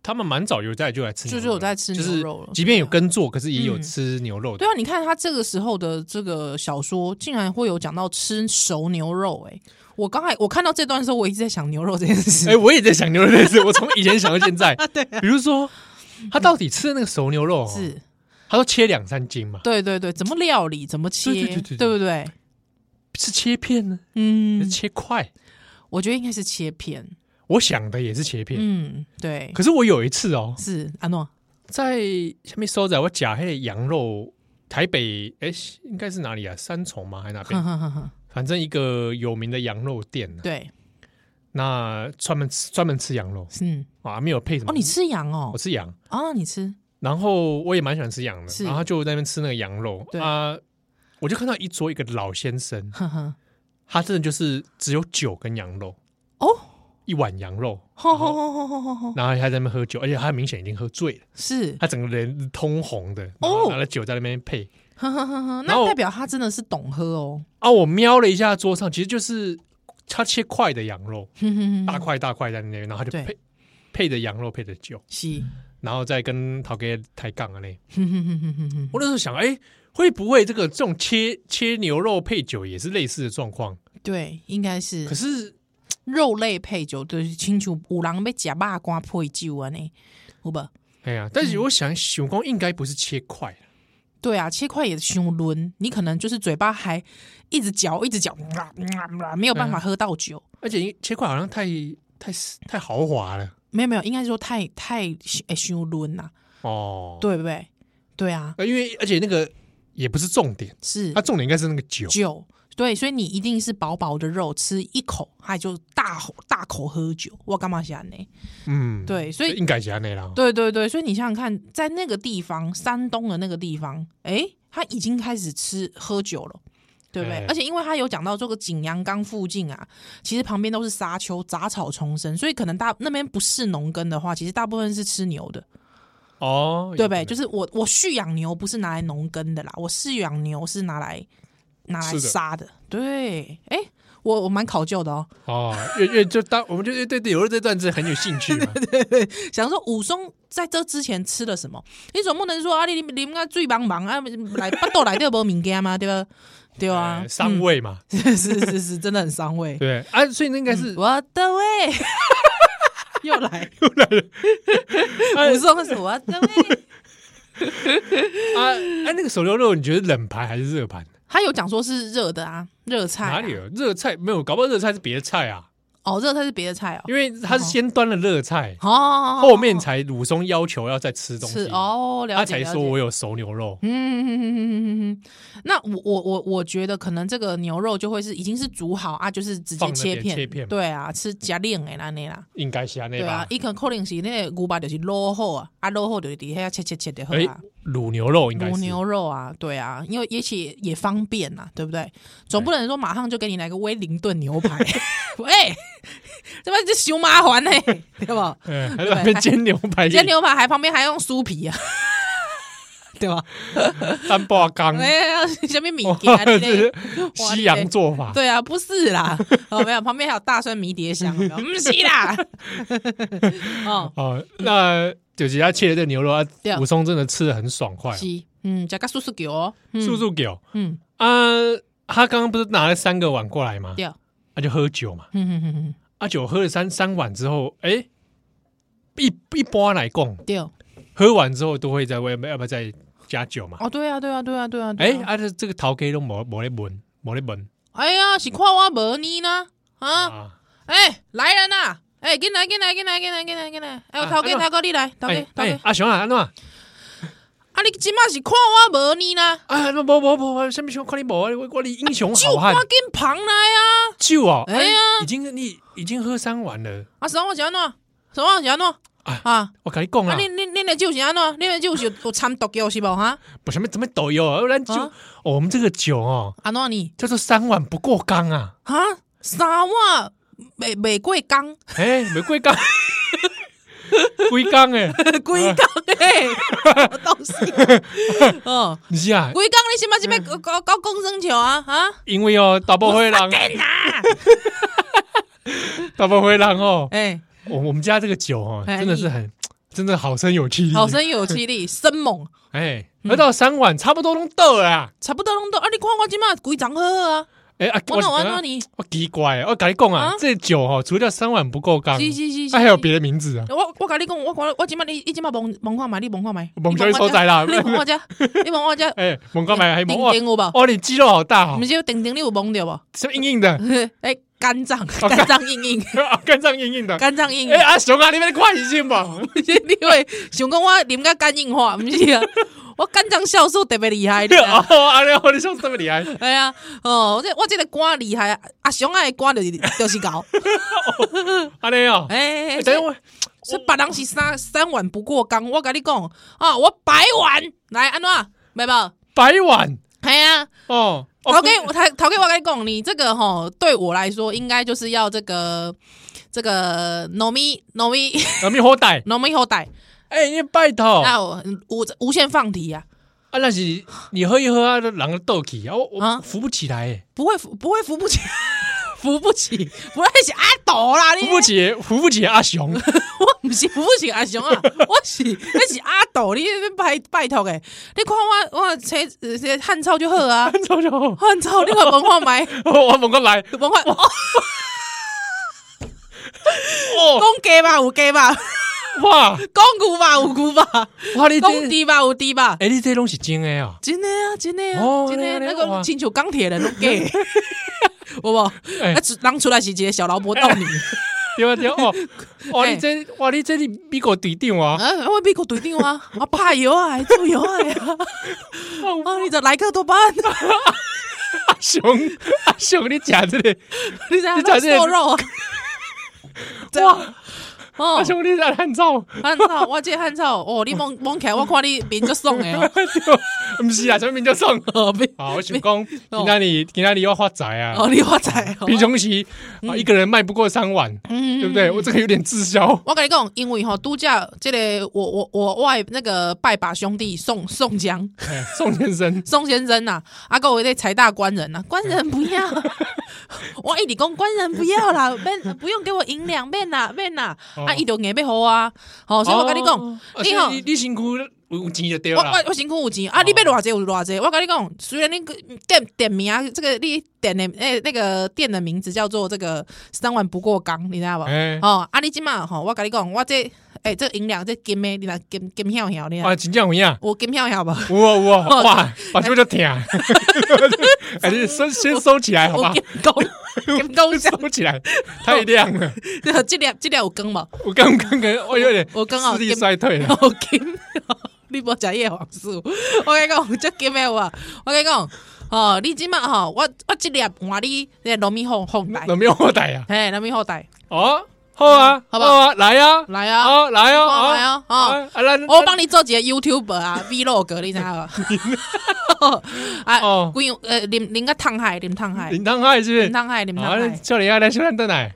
[SPEAKER 2] 他们蛮早有在就来吃牛肉，
[SPEAKER 3] 就是有在吃
[SPEAKER 2] 就是
[SPEAKER 3] 牛肉了
[SPEAKER 2] 即便有耕作，可是也有
[SPEAKER 3] 嗯
[SPEAKER 2] 吃牛肉的
[SPEAKER 3] 对。啊，你看他这个时候的这个小说，竟然会有讲到吃熟牛肉、哎，我刚才我看到这段的时候，我一直在想牛肉这件事。
[SPEAKER 2] 哎，我也在想牛肉这件事，我从以前想到现 在。
[SPEAKER 3] 啊
[SPEAKER 2] 对，比如说他到底吃的那个熟牛肉，
[SPEAKER 3] 是，
[SPEAKER 2] 他说切两三斤嘛，
[SPEAKER 3] 对对对，怎么料理，怎么切，
[SPEAKER 2] 对对对对对
[SPEAKER 3] 不对？
[SPEAKER 2] 是切片呢，还是
[SPEAKER 3] 嗯，
[SPEAKER 2] 切块？
[SPEAKER 3] 我觉得应该是切片。
[SPEAKER 2] 我想的也是切片，
[SPEAKER 3] 嗯，对，
[SPEAKER 2] 可是我有一次哦，
[SPEAKER 3] 是阿诺，
[SPEAKER 2] 在下面收着我假黑的羊肉，台北哎、诶应该是哪里啊？三重吗？还是哪
[SPEAKER 3] 哼
[SPEAKER 2] 边？
[SPEAKER 3] 哼哼哼，
[SPEAKER 2] 反正一个有名的羊肉店、啊，
[SPEAKER 3] 对，
[SPEAKER 2] 那专门吃专门吃羊肉
[SPEAKER 3] 嗯，
[SPEAKER 2] 啊，没有配什么。
[SPEAKER 3] 哦，你吃羊哦
[SPEAKER 2] 我，吃羊，
[SPEAKER 3] 啊，你吃，
[SPEAKER 2] 然后我也蛮喜欢吃羊的，
[SPEAKER 3] 是
[SPEAKER 2] 然后就在那边吃那个羊肉
[SPEAKER 3] 对
[SPEAKER 2] 啊，我就看到一桌一个老先生，
[SPEAKER 3] 哼哼，
[SPEAKER 2] 他真的就是只有酒跟羊肉，
[SPEAKER 3] 哦，
[SPEAKER 2] 一碗羊肉，
[SPEAKER 3] 吼吼吼吼吼吼吼，
[SPEAKER 2] 然后他在那边喝酒，而且他明显已经喝醉了，
[SPEAKER 3] 是，
[SPEAKER 2] 他整个人通红的，然
[SPEAKER 3] 哦
[SPEAKER 2] 后拿了酒在那边配。
[SPEAKER 3] 呵呵呵呵，
[SPEAKER 2] 然后
[SPEAKER 3] 那代表他真的是懂喝哦，
[SPEAKER 2] 啊，我瞄了一下桌上，其实就是他切块的羊肉，
[SPEAKER 3] 哼哼
[SPEAKER 2] 大
[SPEAKER 3] 哼，
[SPEAKER 2] 块大块在那边，然后他就
[SPEAKER 3] 嗯对
[SPEAKER 2] 配配着羊肉配着酒，
[SPEAKER 3] 是，
[SPEAKER 2] 然后再跟陶哥抬杠啊 嘞。
[SPEAKER 3] 哼哼哼哼哼哼，
[SPEAKER 2] 我那时候想，哎、会不会这个这种切切牛肉配酒也是类似的状况？
[SPEAKER 3] 对，应该是
[SPEAKER 2] 可是
[SPEAKER 3] 肉类配酒，就是清楚有人要食肉干配酒啊呢，有不？
[SPEAKER 2] 哎呀，但是我想熊光应该不是切块，
[SPEAKER 3] 对啊，切块也凶抡，你可能就是嘴巴还一直嚼，一直嚼， 没有办法喝到酒。
[SPEAKER 2] 而且切块好像太太太豪华了
[SPEAKER 3] 没有没有，应该是说太太诶凶抡呐，
[SPEAKER 2] 哦。
[SPEAKER 3] 对不对？对啊，
[SPEAKER 2] 呃，因为而且那个也不是重点，
[SPEAKER 3] 是
[SPEAKER 2] 它重点应该是那个酒。
[SPEAKER 3] 嗯酒。对，所以你一定是薄薄的肉吃一口，还就大口大口喝酒，我干嘛想呢？
[SPEAKER 2] 嗯，，
[SPEAKER 3] 对，所以
[SPEAKER 2] 应该是安内啦。
[SPEAKER 3] 对对对，所以你想想看，在那个地方，山东的那个地方，诶，他已经开始吃喝酒了，对不对？
[SPEAKER 2] 哎
[SPEAKER 3] 而且因为他有讲到这个景阳冈附近啊，其实旁边都是沙丘，杂草丛生，所以可能大那边不是农耕的话，其实大部分是吃牛的，
[SPEAKER 2] 哦，
[SPEAKER 3] 对不对？
[SPEAKER 2] 有可能
[SPEAKER 3] 就是我我蓄养牛不是拿来农耕的啦，我饲养牛是拿来拿来
[SPEAKER 2] 是的
[SPEAKER 3] 杀的，对，诶，我我蛮考究的哦，
[SPEAKER 2] 哦，越越就当我们就越对对牛肉这段是很有兴趣嘛，
[SPEAKER 3] 想说武松在这之前吃了什么？你总不能说啊，你你你们啊醉茫茫啊，来巴肚来底无物件吗？对吧？ 对啊嗯
[SPEAKER 2] 呃，伤胃嘛，
[SPEAKER 3] 是是是是，真的很伤胃。
[SPEAKER 2] 哎对啊，所以那应该是
[SPEAKER 3] 我的胃嗯 又来，
[SPEAKER 2] 哎
[SPEAKER 3] 武松是我的胃。
[SPEAKER 2] 啊啊那个手榴肉，你觉得冷盘还是热盘？
[SPEAKER 3] 他有讲说是热的啊，热菜、啊、
[SPEAKER 2] 哪里有热菜？没有，搞不好热菜是别的菜啊，
[SPEAKER 3] 哦，热菜是别的菜哦。
[SPEAKER 2] 因为他是先端了热菜，
[SPEAKER 3] 哦，
[SPEAKER 2] 后面才武松要求要再吃东
[SPEAKER 3] 是
[SPEAKER 2] 西，
[SPEAKER 3] 哦，了
[SPEAKER 2] 他
[SPEAKER 3] 解
[SPEAKER 2] 才
[SPEAKER 3] 了
[SPEAKER 2] 说
[SPEAKER 3] 解
[SPEAKER 2] 我有熟牛肉
[SPEAKER 3] 嗯哼哼哼哼哼哼，那我我我我觉得可能这个牛肉就会是已经是煮好啊，就是直接
[SPEAKER 2] 放那
[SPEAKER 3] 切
[SPEAKER 2] 边
[SPEAKER 3] 片，
[SPEAKER 2] 切片
[SPEAKER 3] 对啊，吃加链诶那那啦，
[SPEAKER 2] 应该是安内
[SPEAKER 3] 对啊
[SPEAKER 2] 吧，？
[SPEAKER 3] 伊可能可能是那个牛排就是卤好啊，啊卤好就是底下切切切的好
[SPEAKER 2] 哎
[SPEAKER 3] 啊，，
[SPEAKER 2] 卤牛肉应该
[SPEAKER 3] 卤
[SPEAKER 2] 是
[SPEAKER 3] 牛肉啊，对啊，因为也许也方便呐、啊，对不对？总不能说马上就给你来个威灵顿牛排， 喂，这不这熊麻 烦呢、对吧？
[SPEAKER 2] 嗯，还是那边煎牛排，
[SPEAKER 3] 煎牛排还旁边还用酥皮啊， 对吧？
[SPEAKER 2] 三八缸，
[SPEAKER 3] 哎，下面米给啊
[SPEAKER 2] 嗯哇
[SPEAKER 3] 之
[SPEAKER 2] 这
[SPEAKER 3] 类的
[SPEAKER 2] 是西洋做法，
[SPEAKER 3] 对啊，不是啦，哦，没有，旁边还有大蒜迷迭香，啊有没有不是 啦，哦，
[SPEAKER 2] 哦，那就是他切的这牛肉啊
[SPEAKER 3] 对，
[SPEAKER 2] 武松真的吃的很爽快哦，
[SPEAKER 3] 是，嗯，加个素素给哦，嗯
[SPEAKER 2] 速速给哦
[SPEAKER 3] 嗯，
[SPEAKER 2] 啊！他刚刚不是拿了三个碗过来吗？
[SPEAKER 3] 对，嗯
[SPEAKER 2] 他就喝酒嘛，
[SPEAKER 3] 嗯嗯嗯，
[SPEAKER 2] 啊酒喝了三三碗之后，哎，一一般来讲，
[SPEAKER 3] 对，哦，
[SPEAKER 2] 喝完之后都会在外面，要不要再加酒嘛？
[SPEAKER 3] 对啊，对啊，对啊，对啊，对
[SPEAKER 2] 哎，
[SPEAKER 3] 啊，
[SPEAKER 2] 啊这这个头家都没没在闻，没在闻
[SPEAKER 3] 哎呀，是看我无你呢，啊，
[SPEAKER 2] 啊！
[SPEAKER 3] 哎，来人呐，哎，进来，进来，进来，进来，进来，进来，哎，
[SPEAKER 2] 啊
[SPEAKER 3] 头家，
[SPEAKER 2] 啊
[SPEAKER 3] 头家，你来，头家
[SPEAKER 2] 哎，
[SPEAKER 3] 头
[SPEAKER 2] 哎
[SPEAKER 3] 家，，
[SPEAKER 2] 阿雄啊，安怎么啊？
[SPEAKER 3] 啊，你即马是看我无你呢，
[SPEAKER 2] 啊，无无无，什么想看你无啊？我我你英雄
[SPEAKER 3] 就
[SPEAKER 2] 好汉
[SPEAKER 3] 赶，紧旁来啊，
[SPEAKER 2] 酒哦，
[SPEAKER 3] 哎
[SPEAKER 2] 哎
[SPEAKER 3] 呀
[SPEAKER 2] 已经你已经喝三碗了，
[SPEAKER 3] 啊，什么是安怎，什么是安怎，
[SPEAKER 2] 哎
[SPEAKER 3] 啊。
[SPEAKER 2] 我跟你讲
[SPEAKER 3] 啊，
[SPEAKER 2] 啊。
[SPEAKER 3] 恁恁恁的酒是安怎？恁的酒是有有掺毒药是无哈？
[SPEAKER 2] 不什么怎么抖哟？啊咱酒、
[SPEAKER 3] 啊
[SPEAKER 2] 哦，我们这个酒哦，
[SPEAKER 3] 安怎呢？
[SPEAKER 2] 叫做三碗不过冈啊！
[SPEAKER 3] 哈，三碗玫玫瑰 缸，
[SPEAKER 2] 哎、玫瑰冈，龟缸哎，
[SPEAKER 3] 龟缸 诶，我倒是，哦，
[SPEAKER 2] 你是 啊，
[SPEAKER 3] 龟缸你先把这边搞搞搞共生球啊啊！
[SPEAKER 2] 因为哦，大波灰狼， 大波灰狼哦，
[SPEAKER 3] 哎，
[SPEAKER 2] 我我们家这个酒哦，
[SPEAKER 3] 哎
[SPEAKER 2] 真的是很，真的好生有气力，
[SPEAKER 3] 好生嗯有气 力，生猛，
[SPEAKER 2] 哎，喝到三碗差不多都倒了啊！
[SPEAKER 3] 差不多拢到啊！你看我即马规张好好啊，
[SPEAKER 2] 哎、啊，
[SPEAKER 3] 我哪有安怎呢？
[SPEAKER 2] 我奇怪，我跟你讲啊，
[SPEAKER 3] 啊
[SPEAKER 2] 这酒哦，除了三碗不够冈，
[SPEAKER 3] 是是是是
[SPEAKER 2] 它还有别的名啊字啊，
[SPEAKER 3] 我我甲你讲，我看我即马你你即马蒙蒙看麦，你蒙看麦，
[SPEAKER 2] 猛叫你所在啦
[SPEAKER 3] 你蒙我遮，你蒙我遮，
[SPEAKER 2] 哎、猛干买还猛
[SPEAKER 3] 顶
[SPEAKER 2] 哇
[SPEAKER 3] 顶有无？
[SPEAKER 2] 哦，你肌肉好大哦
[SPEAKER 3] 毋，是有顶顶你有蒙着无？
[SPEAKER 2] 是不是硬硬的。
[SPEAKER 3] 哎，肝脏，肝脏硬硬，
[SPEAKER 2] 啊，肝脏硬硬的。
[SPEAKER 3] 肝脏硬硬
[SPEAKER 2] 哦哎、，阿雄啊，你们快一点吧！
[SPEAKER 3] 你会想讲我啉甲肝硬化，毋是啊？ 我肝脏酵素特别厉害，你知道吗
[SPEAKER 2] 哦，阿廖，你笑这么厉害，
[SPEAKER 3] 哎呀，哦，我这我这个肝厉害，啊阿雄爱的肝就是 就是高，
[SPEAKER 2] 阿廖哦，
[SPEAKER 3] 哎，
[SPEAKER 2] 哎等一下我
[SPEAKER 3] 说别人是三三碗不过冈，我跟你讲啊，我百碗来安怎，明白无？
[SPEAKER 2] 白碗
[SPEAKER 3] 哎呀，
[SPEAKER 2] 哦，
[SPEAKER 3] 头给我头头给我跟你讲，你这个吼对我来说应该就是要这个这个糯米糯米？
[SPEAKER 2] 有没好歹
[SPEAKER 3] 糯米后代，
[SPEAKER 2] 哎、你拜托，啊，
[SPEAKER 3] 那我无无限放题呀、啊，
[SPEAKER 2] 那是你喝一喝啊，狼的斗气啊，我
[SPEAKER 3] 啊
[SPEAKER 2] 我扶不起来、哎
[SPEAKER 3] 不会扶不会扶不起， 扶不起，不会是阿斗啦，你
[SPEAKER 2] 扶不起，扶不起阿 雄，
[SPEAKER 3] 我唔是扶不起阿雄 啊，我是那是阿斗，你那边拜拜托诶，你看我我切呃这汉超就好 啊，
[SPEAKER 2] 走走，
[SPEAKER 3] 汉超你看文化买
[SPEAKER 2] 我猛过来，
[SPEAKER 3] 文化哦，
[SPEAKER 2] 哦，
[SPEAKER 3] 讲鸡吧有鸡吧，
[SPEAKER 2] 哇
[SPEAKER 3] 讲牛吧有 牛吧，
[SPEAKER 2] 哇，你这，
[SPEAKER 3] 讲
[SPEAKER 2] 哎、
[SPEAKER 3] 猪吧有猪吧。
[SPEAKER 2] 你这东西真的啊，
[SPEAKER 3] 真的啊，真的啊，
[SPEAKER 2] 哦
[SPEAKER 3] 真的啊
[SPEAKER 2] 这
[SPEAKER 3] 那
[SPEAKER 2] 样
[SPEAKER 3] 个
[SPEAKER 2] 哇
[SPEAKER 3] 亲像钢铁人拢 假的，有无？
[SPEAKER 2] 哎
[SPEAKER 3] 啊，人出来是一个小劳勃道 尼，
[SPEAKER 2] 对啊对啊， 哦，哇，
[SPEAKER 3] 哎
[SPEAKER 2] 你这，哇，你这你美国队长啊，
[SPEAKER 3] 啊，我美国队长啊，啊，拍药啊，还做药 啊，啊，你这莱克多巴胺，
[SPEAKER 2] 阿雄， 阿雄，你讲这个。
[SPEAKER 3] 你这样
[SPEAKER 2] 你讲这个
[SPEAKER 3] 瘦肉啊，
[SPEAKER 2] 哇，
[SPEAKER 3] 哦
[SPEAKER 2] 阿，兄弟在汉照，
[SPEAKER 3] 汉草，我这汉草，哦，你蒙蒙起来，我看你面就爽哦 诶，
[SPEAKER 2] 不是啊，全面就送。
[SPEAKER 3] 哦，面
[SPEAKER 2] 好，我想讲，今天你今天你要发财啊
[SPEAKER 3] 哦，！你发财，哦
[SPEAKER 2] 平常时啊，一个人卖不过三碗，
[SPEAKER 3] 嗯
[SPEAKER 2] 对不对？我这个有点滞销。
[SPEAKER 3] 我跟你讲，因为吼度假，这个我我我外那个拜把兄弟宋宋江
[SPEAKER 2] 哎宋先生，
[SPEAKER 3] 宋先生呐、啊，阿哥我在财大官人呐、官人不 要，我一直讲官人不要啦，免不用给我银两免啦免啦，
[SPEAKER 2] 哦
[SPEAKER 3] 啊，伊就硬要好啊，哦，所以我跟你讲，
[SPEAKER 2] 哦啊
[SPEAKER 3] 你
[SPEAKER 2] 所
[SPEAKER 3] 吼
[SPEAKER 2] 以你你辛苦有钱就对
[SPEAKER 3] 我
[SPEAKER 2] 了啦哦
[SPEAKER 3] 我。我辛苦有钱啊！你要偌济有偌济，我跟你讲，虽然那个店店名啊这个你店的诶、那个店的名字叫做这个三万不过岗，你知道吧？
[SPEAKER 2] 哎，
[SPEAKER 3] 哦，啊你即嘛吼，我跟你讲，我这诶、这银两这金的，你若金金跳跳你知道
[SPEAKER 2] 哇，真正有影。
[SPEAKER 3] 有金 跳跳吧？
[SPEAKER 2] 哇
[SPEAKER 3] 哦
[SPEAKER 2] 哇哇！把这 个就舔，哎，你先先收起来，好
[SPEAKER 3] 有
[SPEAKER 2] 吧
[SPEAKER 3] 金？ 钩，金钩
[SPEAKER 2] 先
[SPEAKER 3] 像，
[SPEAKER 2] 收起来，太亮了。
[SPEAKER 3] 这粒这粒有光无？
[SPEAKER 2] 我刚刚刚我有点
[SPEAKER 3] 我刚好
[SPEAKER 2] 视力衰退了。
[SPEAKER 3] 有金，你无食叶黄素？我跟你讲，有这金的有啊！我跟你讲，哦，你即嘛吼，我我这粒换你那糯米红红带，
[SPEAKER 2] 有没有我歹呀？啊
[SPEAKER 3] 嘿，糯米红带。
[SPEAKER 2] 哦，好啊，
[SPEAKER 3] 嗯好不好
[SPEAKER 2] 啊，来啊，
[SPEAKER 3] 来
[SPEAKER 2] 啊，
[SPEAKER 3] 啊，
[SPEAKER 2] 来啊，
[SPEAKER 3] 来啊啊
[SPEAKER 2] 啊，来，
[SPEAKER 3] 我帮你做一个 YouTube 啊 Vlog，你知道无？啊，
[SPEAKER 2] 哦嗯
[SPEAKER 3] 规样呃，啉啉个汤海，啉汤海，
[SPEAKER 2] 林汤海是
[SPEAKER 3] 啉汤海，啉
[SPEAKER 2] 不是？
[SPEAKER 3] 汤
[SPEAKER 2] 啊，
[SPEAKER 3] 海。
[SPEAKER 2] 叫你爱来小兰蛋奶，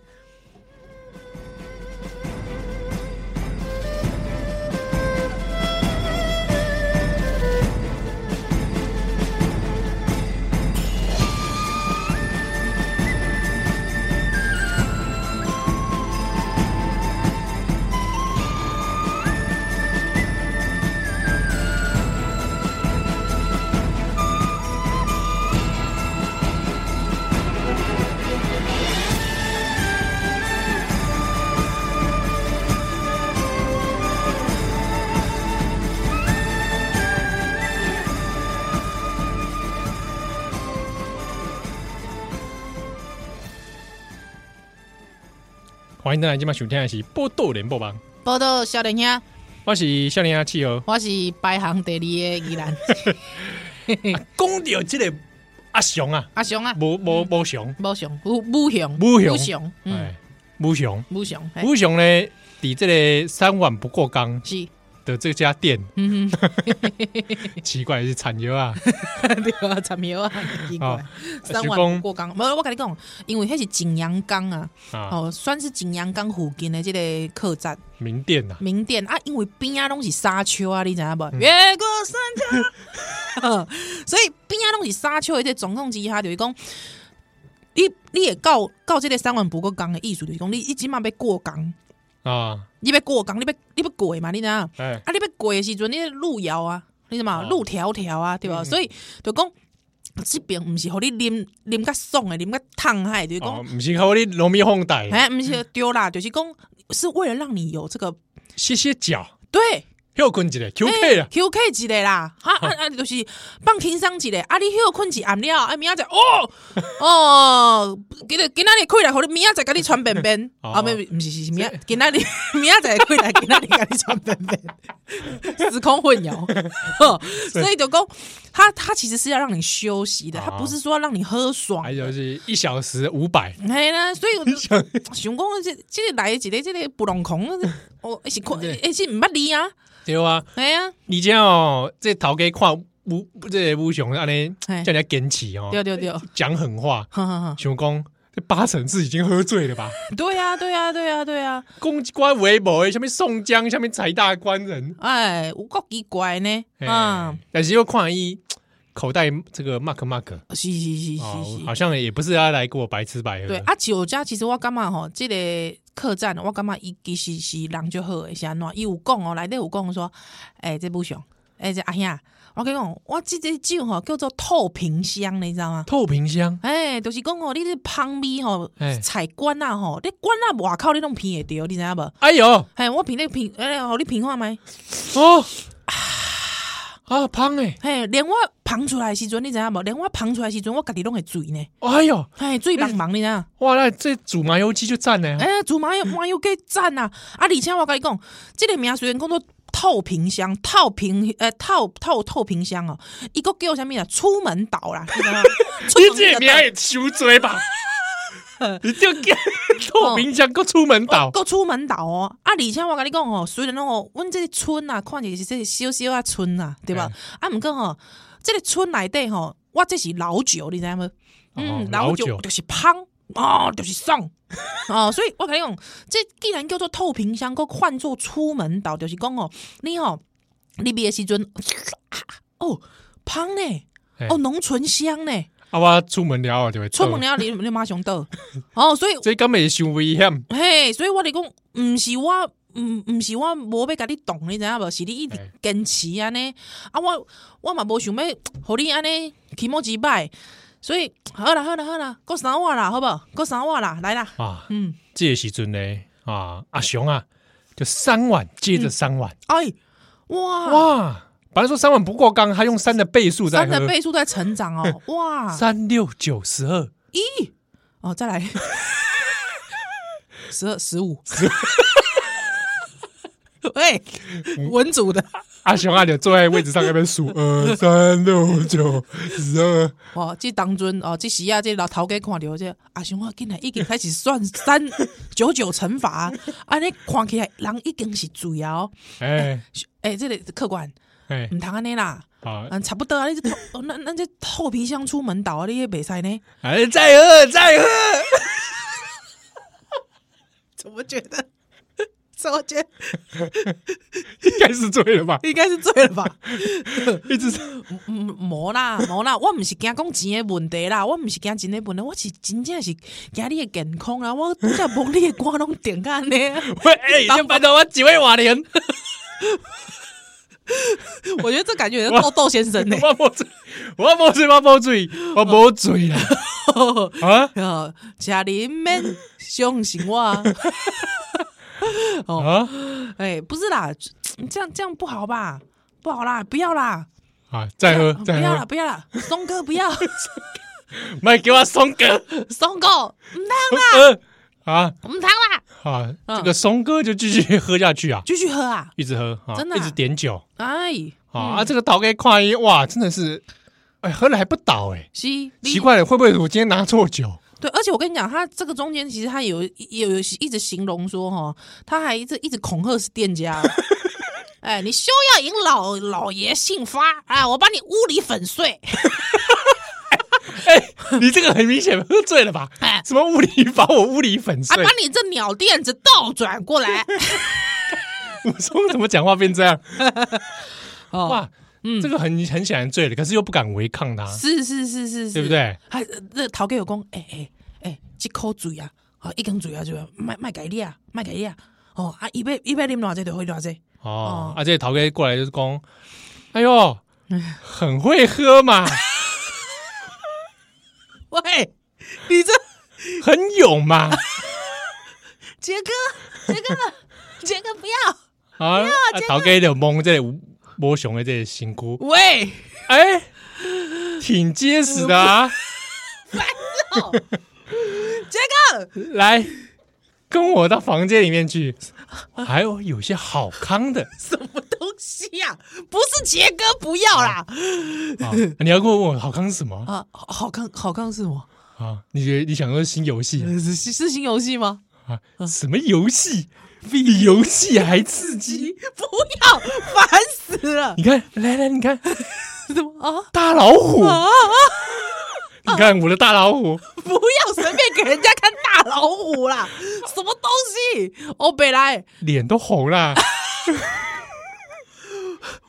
[SPEAKER 2] 欢迎蛋奶，今晚收听的是《波多连播帮》，
[SPEAKER 3] 报道少年兄，
[SPEAKER 2] 我是少年啊阿气候。
[SPEAKER 3] 我是排行第二的 宜兰
[SPEAKER 2] 讲到这个阿雄啊，
[SPEAKER 3] 阿雄啊，
[SPEAKER 2] 无无无雄，
[SPEAKER 3] 武雄，武武雄，
[SPEAKER 2] 武雄
[SPEAKER 3] 武雄，嗯，哎
[SPEAKER 2] 哎，无雄，
[SPEAKER 3] 武雄，嘿
[SPEAKER 2] 无雄呢，伫这个三碗不过冈
[SPEAKER 3] 是，
[SPEAKER 2] 的这家店，
[SPEAKER 3] 嗯哼，
[SPEAKER 2] 奇怪的是产油 啊，
[SPEAKER 3] 对啊，参庙啊，奇怪
[SPEAKER 2] 哦，
[SPEAKER 3] 三
[SPEAKER 2] 是
[SPEAKER 3] 万
[SPEAKER 2] 讲
[SPEAKER 3] 过江，无我跟你讲，因为迄是景阳冈啊，
[SPEAKER 2] 啊，
[SPEAKER 3] 哦，算是景阳冈附近的这个客栈。
[SPEAKER 2] 名店呐，
[SPEAKER 3] 名店啊，因为边啊拢是沙丘啊，你知影无？
[SPEAKER 2] 嗯
[SPEAKER 3] 越过山丘， 所以边啊拢是沙丘，而且总统之下就是讲，你你也到到这个三万不过港的意思就是讲，你你即码要过港，
[SPEAKER 2] 啊，
[SPEAKER 3] 你要过港，你要你要过嘛，你知影？啊，
[SPEAKER 2] 哎，
[SPEAKER 3] 你要过的时阵，你的路遥啊，你知嘛？
[SPEAKER 2] 哦嗯
[SPEAKER 3] 路迢迢啊，对吧？所以就讲。这边毋是互你啉啉较爽的，啉较烫嗨，就是讲
[SPEAKER 2] 哦，，嗯不是靠你农民烘带，
[SPEAKER 3] 哎、毋是丢啦，就是讲是为了让你有这个
[SPEAKER 2] 歇歇脚，
[SPEAKER 3] 对
[SPEAKER 2] 休困一下，QK 啊，
[SPEAKER 3] 哎 q K 一个啦，啊啊啊，就是放轻松一个，啊，你休困一暗了，啊，明仔载 哦哦，今日今仔日开来，互你明仔载甲你传便 便，
[SPEAKER 2] 哦
[SPEAKER 3] 啊，没毋是是是明仔今仔日 明仔载开 来，今仔日甲你传便便，时空混 淆，呵所以啊就讲，他他其实是要让你休息的，他不是说要让你喝爽
[SPEAKER 2] 还。有是一小时五百，
[SPEAKER 3] 哎啦，所以 我就哎想讲，这这个来的一个这个不浪空， 哦，是看，
[SPEAKER 2] 对
[SPEAKER 3] 哎是毋捌你啊，
[SPEAKER 2] 对啊，
[SPEAKER 3] 哎呀，
[SPEAKER 2] 你这哦，这头家看武这个武雄安尼
[SPEAKER 3] 哎
[SPEAKER 2] 叫人家坚持哦，
[SPEAKER 3] 对对对， 哈
[SPEAKER 2] 讲狠话，
[SPEAKER 3] 哈哈。
[SPEAKER 2] 想讲这八成是已经喝醉了吧？
[SPEAKER 3] 对呀、对呀、对呀、对呀、啊
[SPEAKER 2] 公关微博诶，下面宋江，下面财大官人，
[SPEAKER 3] 哎，有够奇怪呢，啊
[SPEAKER 2] 哎，，但是又看伊口袋这个 mark mark，
[SPEAKER 3] 是是是是
[SPEAKER 2] 哦，
[SPEAKER 3] 是，
[SPEAKER 2] 好像也不是要来跟我白吃白喝，
[SPEAKER 3] 对啊，酒家其实我感觉吼，这个客栈我感觉伊其实是人就好的，是安怎样？伊有讲哦，内底有讲说，哎、这不行，哎、这阿兄，我跟你讲，我这支酒吼叫做透瓶香，你知道吗？
[SPEAKER 2] 透瓶香，
[SPEAKER 3] 哎、就是讲吼，你这芳味吼
[SPEAKER 2] 哎，
[SPEAKER 3] 菜罐啊吼，你罐啊外口你拢品会着，你知影无？
[SPEAKER 2] 哎呦，
[SPEAKER 3] 哎、我品那品，哎、互你品看麦，
[SPEAKER 2] 哦，啊，胖诶，
[SPEAKER 3] 嘿、连我捧出来的时阵，你知影无？连我捧出来的时阵，我家己拢会醉呢。
[SPEAKER 2] 哎呦，
[SPEAKER 3] 哎，最帮忙你呐！
[SPEAKER 2] 哇，那这煮麻油鸡就赞欸了，
[SPEAKER 3] 哎，祖妈又妈又给赞呐！啊，而且我跟你讲，这个名虽然讲做透瓶香、透瓶呃透透透瓶香哦，伊个叫啥物啊？出门岛啦，你知道吗出
[SPEAKER 2] 你
[SPEAKER 3] 门
[SPEAKER 2] 这名也羞嘴 吧？你就跟透瓶香够出门倒，
[SPEAKER 3] 岛个出门岛哦！啊，而且我跟你讲哦，虽然哦，阮这个村啊，看起来是这个小小啊村啊，对吧？
[SPEAKER 2] 嗯
[SPEAKER 3] 啊，毋过吼，这个村内底吼，我这是老酒，你知影无？嗯，老
[SPEAKER 2] 哦老
[SPEAKER 3] 酒
[SPEAKER 2] 酒
[SPEAKER 3] 就是芳哦，就是爽哦，所以我跟你讲，这既然叫做透瓶香，搁换做出门岛，就是讲哦，你哦，你毕的时阵， 哦，芳呢
[SPEAKER 2] 嘿，
[SPEAKER 3] 哦，浓醇香呢，
[SPEAKER 2] 啊，我出门了啊，就会
[SPEAKER 3] 出门
[SPEAKER 2] 了，
[SPEAKER 3] 了你 你马上倒，哦，所以
[SPEAKER 2] 这根本是危险，
[SPEAKER 3] 嘿，所以我就讲，毋是我，毋毋是我无要甲你动，你知影无？是你一直
[SPEAKER 2] 嘿
[SPEAKER 3] 坚持安尼，啊，我我嘛无想要，互你安尼起莫几摆，所以好啦好啦好啦，够三我啦，好无？够三我啦，来啦，
[SPEAKER 2] 啊。
[SPEAKER 3] 嗯，
[SPEAKER 2] 这个时阵呢，啊，阿雄啊，就三碗接着三碗，
[SPEAKER 3] 哎，哇哇，
[SPEAKER 2] 哇！本来说三碗不过冈，他用三的倍数在
[SPEAKER 3] 三的
[SPEAKER 2] 喝，
[SPEAKER 3] 倍数在成 长哦，哇，
[SPEAKER 2] 三六九十二，
[SPEAKER 3] 咦，哦，再来，十二十五， 喂，
[SPEAKER 2] 嗯
[SPEAKER 3] 文组的
[SPEAKER 2] 阿雄阿牛坐在位置上那边 数二三六九十二，
[SPEAKER 3] 哦，这当中哦，这时啊，这老头家看到这阿雄啊，进来已经开始算 三九九乘法，啊安尼看起来人已经是醉啊、哦！
[SPEAKER 2] 哎
[SPEAKER 3] 哎、这个客官
[SPEAKER 2] 哎，
[SPEAKER 3] 唔通安尼啦，
[SPEAKER 2] 好，
[SPEAKER 3] 嗯，差不多啊，你这透哦，那那这透皮箱出门倒啊，你也袂使呢？
[SPEAKER 2] 哎，再喝再喝，
[SPEAKER 3] 怎么觉得？ 怎么觉得
[SPEAKER 2] 应该是醉了吧？
[SPEAKER 3] 应该是醉了吧？
[SPEAKER 2] 一直是
[SPEAKER 3] 嗯，无啦，无啦，我毋是惊讲钱的问题啦，我毋是惊钱的问题，我是真正是惊你的健康啦，我真正无你的歌拢定安尼，啊
[SPEAKER 2] 喂， 哎，要拜托我几位瓦莲，
[SPEAKER 3] 我觉得这感觉是豆豆先生呢、
[SPEAKER 2] 我无醉，我无醉，我无醉，我无 醉啦！啊
[SPEAKER 3] 哦，食你免相信我。哦，
[SPEAKER 2] 啊
[SPEAKER 3] 哎、不是啦，这样这样不好吧？不好啦，不要啦，哦
[SPEAKER 2] 啊！再喝
[SPEAKER 3] 不
[SPEAKER 2] 再
[SPEAKER 3] 要啦，
[SPEAKER 2] 喝，
[SPEAKER 3] 不要啦，松哥不要，
[SPEAKER 2] 卖给我松哥，
[SPEAKER 3] 松嗯哥唔通
[SPEAKER 2] 呃啊
[SPEAKER 3] 唔通啦，
[SPEAKER 2] 啊！
[SPEAKER 3] 嗯
[SPEAKER 2] 这个松哥就继续 喝下去啊，
[SPEAKER 3] 继续喝啊！
[SPEAKER 2] 一直喝啊，
[SPEAKER 3] 真的啊
[SPEAKER 2] 一直点酒
[SPEAKER 3] 哎，
[SPEAKER 2] 啊啊！这个倒给跨一哇，真的是，哎，喝了还不倒哎。
[SPEAKER 3] 是你
[SPEAKER 2] 奇怪了，会不会我今天拿错 酒？
[SPEAKER 3] 对，而且我跟你讲，他这个中间其实他有有有一直形容说哈，他还一直一直恐吓是 店家。哎，你休要引老老爷兴发啊！我把你屋里粉碎！啊
[SPEAKER 2] 哎你这个很明显喝醉了吧？
[SPEAKER 3] 哎，
[SPEAKER 2] 什么物理把我物理粉
[SPEAKER 3] 啊，
[SPEAKER 2] 碎
[SPEAKER 3] 把？你这鸟垫子倒转 过来。
[SPEAKER 2] 武松怎么讲话变这样？
[SPEAKER 3] 哦，
[SPEAKER 2] 哇，这个很很显然醉了，可是又不敢违抗他，
[SPEAKER 3] 是是是是是，
[SPEAKER 2] 对不？对？
[SPEAKER 3] 还那头家有讲，哎哎哎，一口水啊，啊，一根水啊，就卖卖给你啊，卖给你啊。哦，啊，伊要伊要啉偌济就喝偌济。
[SPEAKER 2] 哦，而且陶哥过来就是讲，哎呦， 很会喝 嘛，
[SPEAKER 3] 喂，你这
[SPEAKER 2] 很勇嘛，
[SPEAKER 3] 杰哥， 杰哥，杰哥不要！
[SPEAKER 2] 啊，啊陶哥就蒙这里摸熊的这个辛 苦，
[SPEAKER 3] 喂。
[SPEAKER 2] 哎，挺结实的 啊，
[SPEAKER 3] 杰哥，
[SPEAKER 2] 来跟我到房间里面去，还有有些好康 的。
[SPEAKER 3] 什么东西呀、不是杰哥，不要啦！
[SPEAKER 2] 啊，你要跟我问我好康是什么
[SPEAKER 3] 啊，好好看，好看是什 么？
[SPEAKER 2] 啊？你觉得你想说新游戏
[SPEAKER 3] 呃是是新游戏吗？
[SPEAKER 2] 啊？什么游戏 比游戏还刺激？
[SPEAKER 3] 不要，烦死了！
[SPEAKER 2] 你看，来来，你看
[SPEAKER 3] 什么啊
[SPEAKER 2] 大老虎，
[SPEAKER 3] 啊啊！
[SPEAKER 2] 你看我的大老虎，
[SPEAKER 3] 不要随便给人家看大老虎啦！ 什么东西？哦，北来，
[SPEAKER 2] 脸都红啦。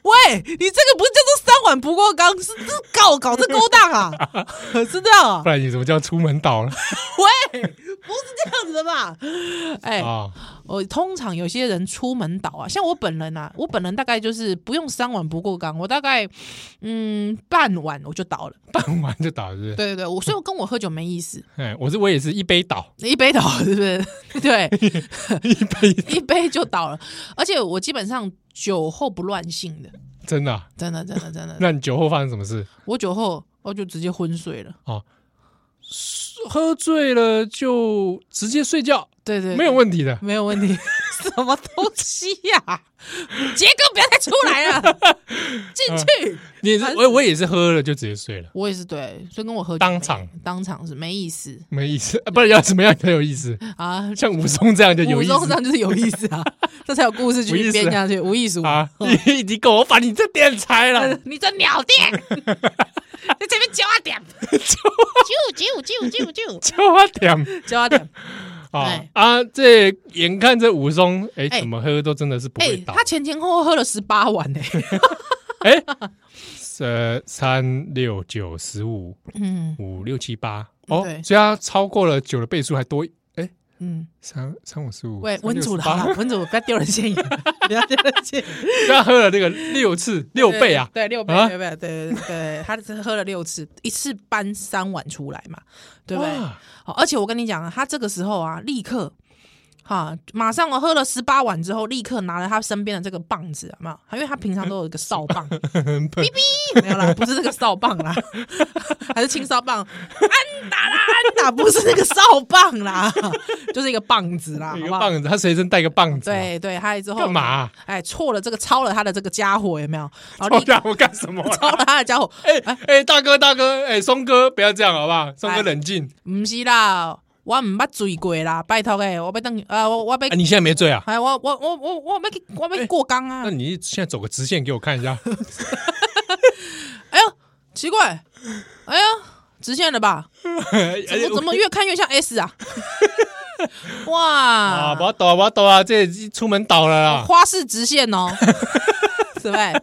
[SPEAKER 3] 喂，你这个不叫做三碗不过冈，是是搞搞这勾当啊？ 是这样啊
[SPEAKER 2] 不？然你怎么叫出门倒了
[SPEAKER 3] 喂，不是这样子的吧？哎、
[SPEAKER 2] 啊？
[SPEAKER 3] 我通常有些人出门倒啊，像我本人啊，我本人大概就是不用三碗不过冈，我大概嗯半碗我就倒了。
[SPEAKER 2] 傍晚就倒是不是？
[SPEAKER 3] 对对对，我所以我跟我喝酒没意思，
[SPEAKER 2] 哎，我是我也是一杯倒，
[SPEAKER 3] 一杯倒是不是？ 对，
[SPEAKER 2] 一杯
[SPEAKER 3] 一杯就倒了，而且我基本上酒后不乱性的，
[SPEAKER 2] 真的啊。
[SPEAKER 3] 真的真的真的，
[SPEAKER 2] 那你酒后发生什么事？
[SPEAKER 3] 我酒后我就直接昏睡了。
[SPEAKER 2] 喝醉了就直接睡觉，
[SPEAKER 3] 对对对
[SPEAKER 2] 没有问题的。
[SPEAKER 3] 没有问题， 什么东西呀、 杰哥不要再出来 了，进去。
[SPEAKER 2] 你也是我我也是喝了就直接睡了，
[SPEAKER 3] 嗯我也是对，所以跟我喝酒
[SPEAKER 2] 当
[SPEAKER 3] 没
[SPEAKER 2] 场
[SPEAKER 3] 当场是没意思
[SPEAKER 2] 没意思。啊不然要怎么样才有意 思？
[SPEAKER 3] 啊。
[SPEAKER 2] 像武松这样就有
[SPEAKER 3] 武
[SPEAKER 2] 意
[SPEAKER 3] 松
[SPEAKER 2] 思
[SPEAKER 3] 这。样就是有意思 啊，这才有故事继续编下去。无意思，
[SPEAKER 2] 啊！ 你你狗，我把你这店拆了
[SPEAKER 3] 你这鸟店，在这边教我 点，啾啾啾啾 啾，
[SPEAKER 2] 就我点
[SPEAKER 3] 教我点。
[SPEAKER 2] 啊
[SPEAKER 3] 哎
[SPEAKER 2] 啊！这眼看这武松，哎，
[SPEAKER 3] 哎
[SPEAKER 2] 怎么喝都真的是不
[SPEAKER 3] 哎
[SPEAKER 2] 会，倒
[SPEAKER 3] 他。前前后后喝了十八碗欸呢。
[SPEAKER 2] 哎，呃，三六九十五
[SPEAKER 3] 嗯
[SPEAKER 2] 五六七八，哦，
[SPEAKER 3] 对
[SPEAKER 2] 所以他超过了九的倍数还多一，哎，
[SPEAKER 3] 嗯，
[SPEAKER 2] 三三五十五，
[SPEAKER 3] 喂，文主
[SPEAKER 2] 主
[SPEAKER 3] 了，好了，文主不要丢人现眼，不要丢人现眼。
[SPEAKER 2] 他喝了那个六次六倍啊，
[SPEAKER 3] 对，对六倍，
[SPEAKER 2] 啊
[SPEAKER 3] 六倍，对对对，他只喝了六次，一次搬三碗出来嘛，对不对？
[SPEAKER 2] 哇，
[SPEAKER 3] 好，而且我跟你讲啊，他这个时候啊，立刻哈，马上我喝了十八碗之后，立刻拿了他身边的这个棒子，啊有没有？因为他平常都有一个扫 棒， 哔哔，没有啦，不是这个扫棒啦， 还是青扫棒，安打啦，安打，不是那个扫棒啦， 就是一个棒子 啦，
[SPEAKER 2] 一
[SPEAKER 3] 好
[SPEAKER 2] 个
[SPEAKER 3] 不好？
[SPEAKER 2] 棒子，他随身带个棒子，，啊
[SPEAKER 3] 对对，还有之后
[SPEAKER 2] 干嘛？啊？
[SPEAKER 3] 哎，错了这个抄了他的这个家伙有没有？然后
[SPEAKER 2] 我
[SPEAKER 3] 立刻
[SPEAKER 2] 干我干什么啊？
[SPEAKER 3] 抄了他的家伙，
[SPEAKER 2] 哎哎，大哥大哥，哎，松哥不要这样好不好？松哥
[SPEAKER 3] 哎
[SPEAKER 2] 冷静，
[SPEAKER 3] 唔是啦，我唔捌醉过啦，拜托诶，我要等啊，我我
[SPEAKER 2] 啊
[SPEAKER 3] 要
[SPEAKER 2] 你现在没醉啊？
[SPEAKER 3] 哎，我我我我我要去我要去过江啊
[SPEAKER 2] 那！你现在走个直线给我看一 下，
[SPEAKER 3] 哎呦，奇怪，哎呀，直线了吧？
[SPEAKER 2] 而
[SPEAKER 3] 我怎么越看越像 S 啊？哇
[SPEAKER 2] 啊？不，要抖啊，不要抖啊，这已经出门倒了啦。
[SPEAKER 3] 花式直线哦， 是呗？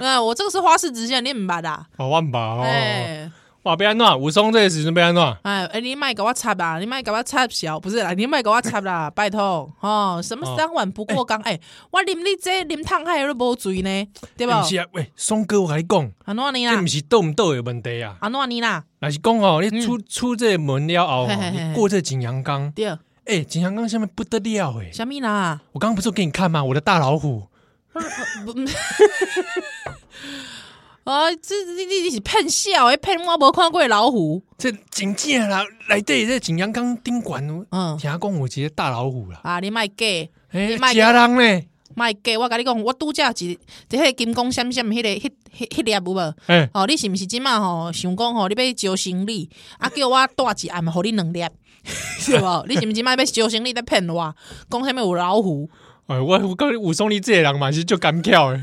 [SPEAKER 3] 嗯，我这个是花式直线，你唔捌啊？
[SPEAKER 2] 哦，万宝，
[SPEAKER 3] 哎
[SPEAKER 2] 哇，被安诺，武松这个时阵被安诺，
[SPEAKER 3] 哎哎，你卖给我插吧，你卖给我插小，不是啦，你卖给我插 啦，拜托哦。什么三碗不过冈？哎，我啉你这啉烫海都无醉呢，对不？
[SPEAKER 2] 哎不是啊，喂，松哥，我跟你讲，
[SPEAKER 3] 安诺尼
[SPEAKER 2] 这
[SPEAKER 3] 啦
[SPEAKER 2] 不，是斗唔斗的问题啊，
[SPEAKER 3] 安诺尼啦，
[SPEAKER 2] 那是讲哦，你出出这门了后
[SPEAKER 3] 嗯嘿嘿
[SPEAKER 2] 哦，
[SPEAKER 3] 嘿
[SPEAKER 2] 你过这景阳冈，
[SPEAKER 3] 对，
[SPEAKER 2] 哎，景阳冈下面不得了哎，
[SPEAKER 3] 虾 米啦？
[SPEAKER 2] 我刚刚不是有给你看吗？我的大老虎，
[SPEAKER 3] 不，啊，这你你你是骗笑诶，骗我无看过老虎，
[SPEAKER 2] 这景界啦，来对这景阳冈宾馆，
[SPEAKER 3] 嗯，
[SPEAKER 2] 牙公我接大老虎啦，
[SPEAKER 3] 啊，你卖假
[SPEAKER 2] 哎
[SPEAKER 3] 你，卖
[SPEAKER 2] 家人呢？
[SPEAKER 3] 卖假，我甲你讲，我拄则一一迄个金光闪闪，迄个迄迄迄粒有无？
[SPEAKER 2] 哎，
[SPEAKER 3] 哦，你是毋是即满吼想讲吼，你要招行李，啊，叫我带一暗，互你两粒， 是无？你是毋是即摆要招行李在骗我？讲啥物有老虎？
[SPEAKER 2] 哎，我我告诉你，武松你这个人嘛是就干跳 哎，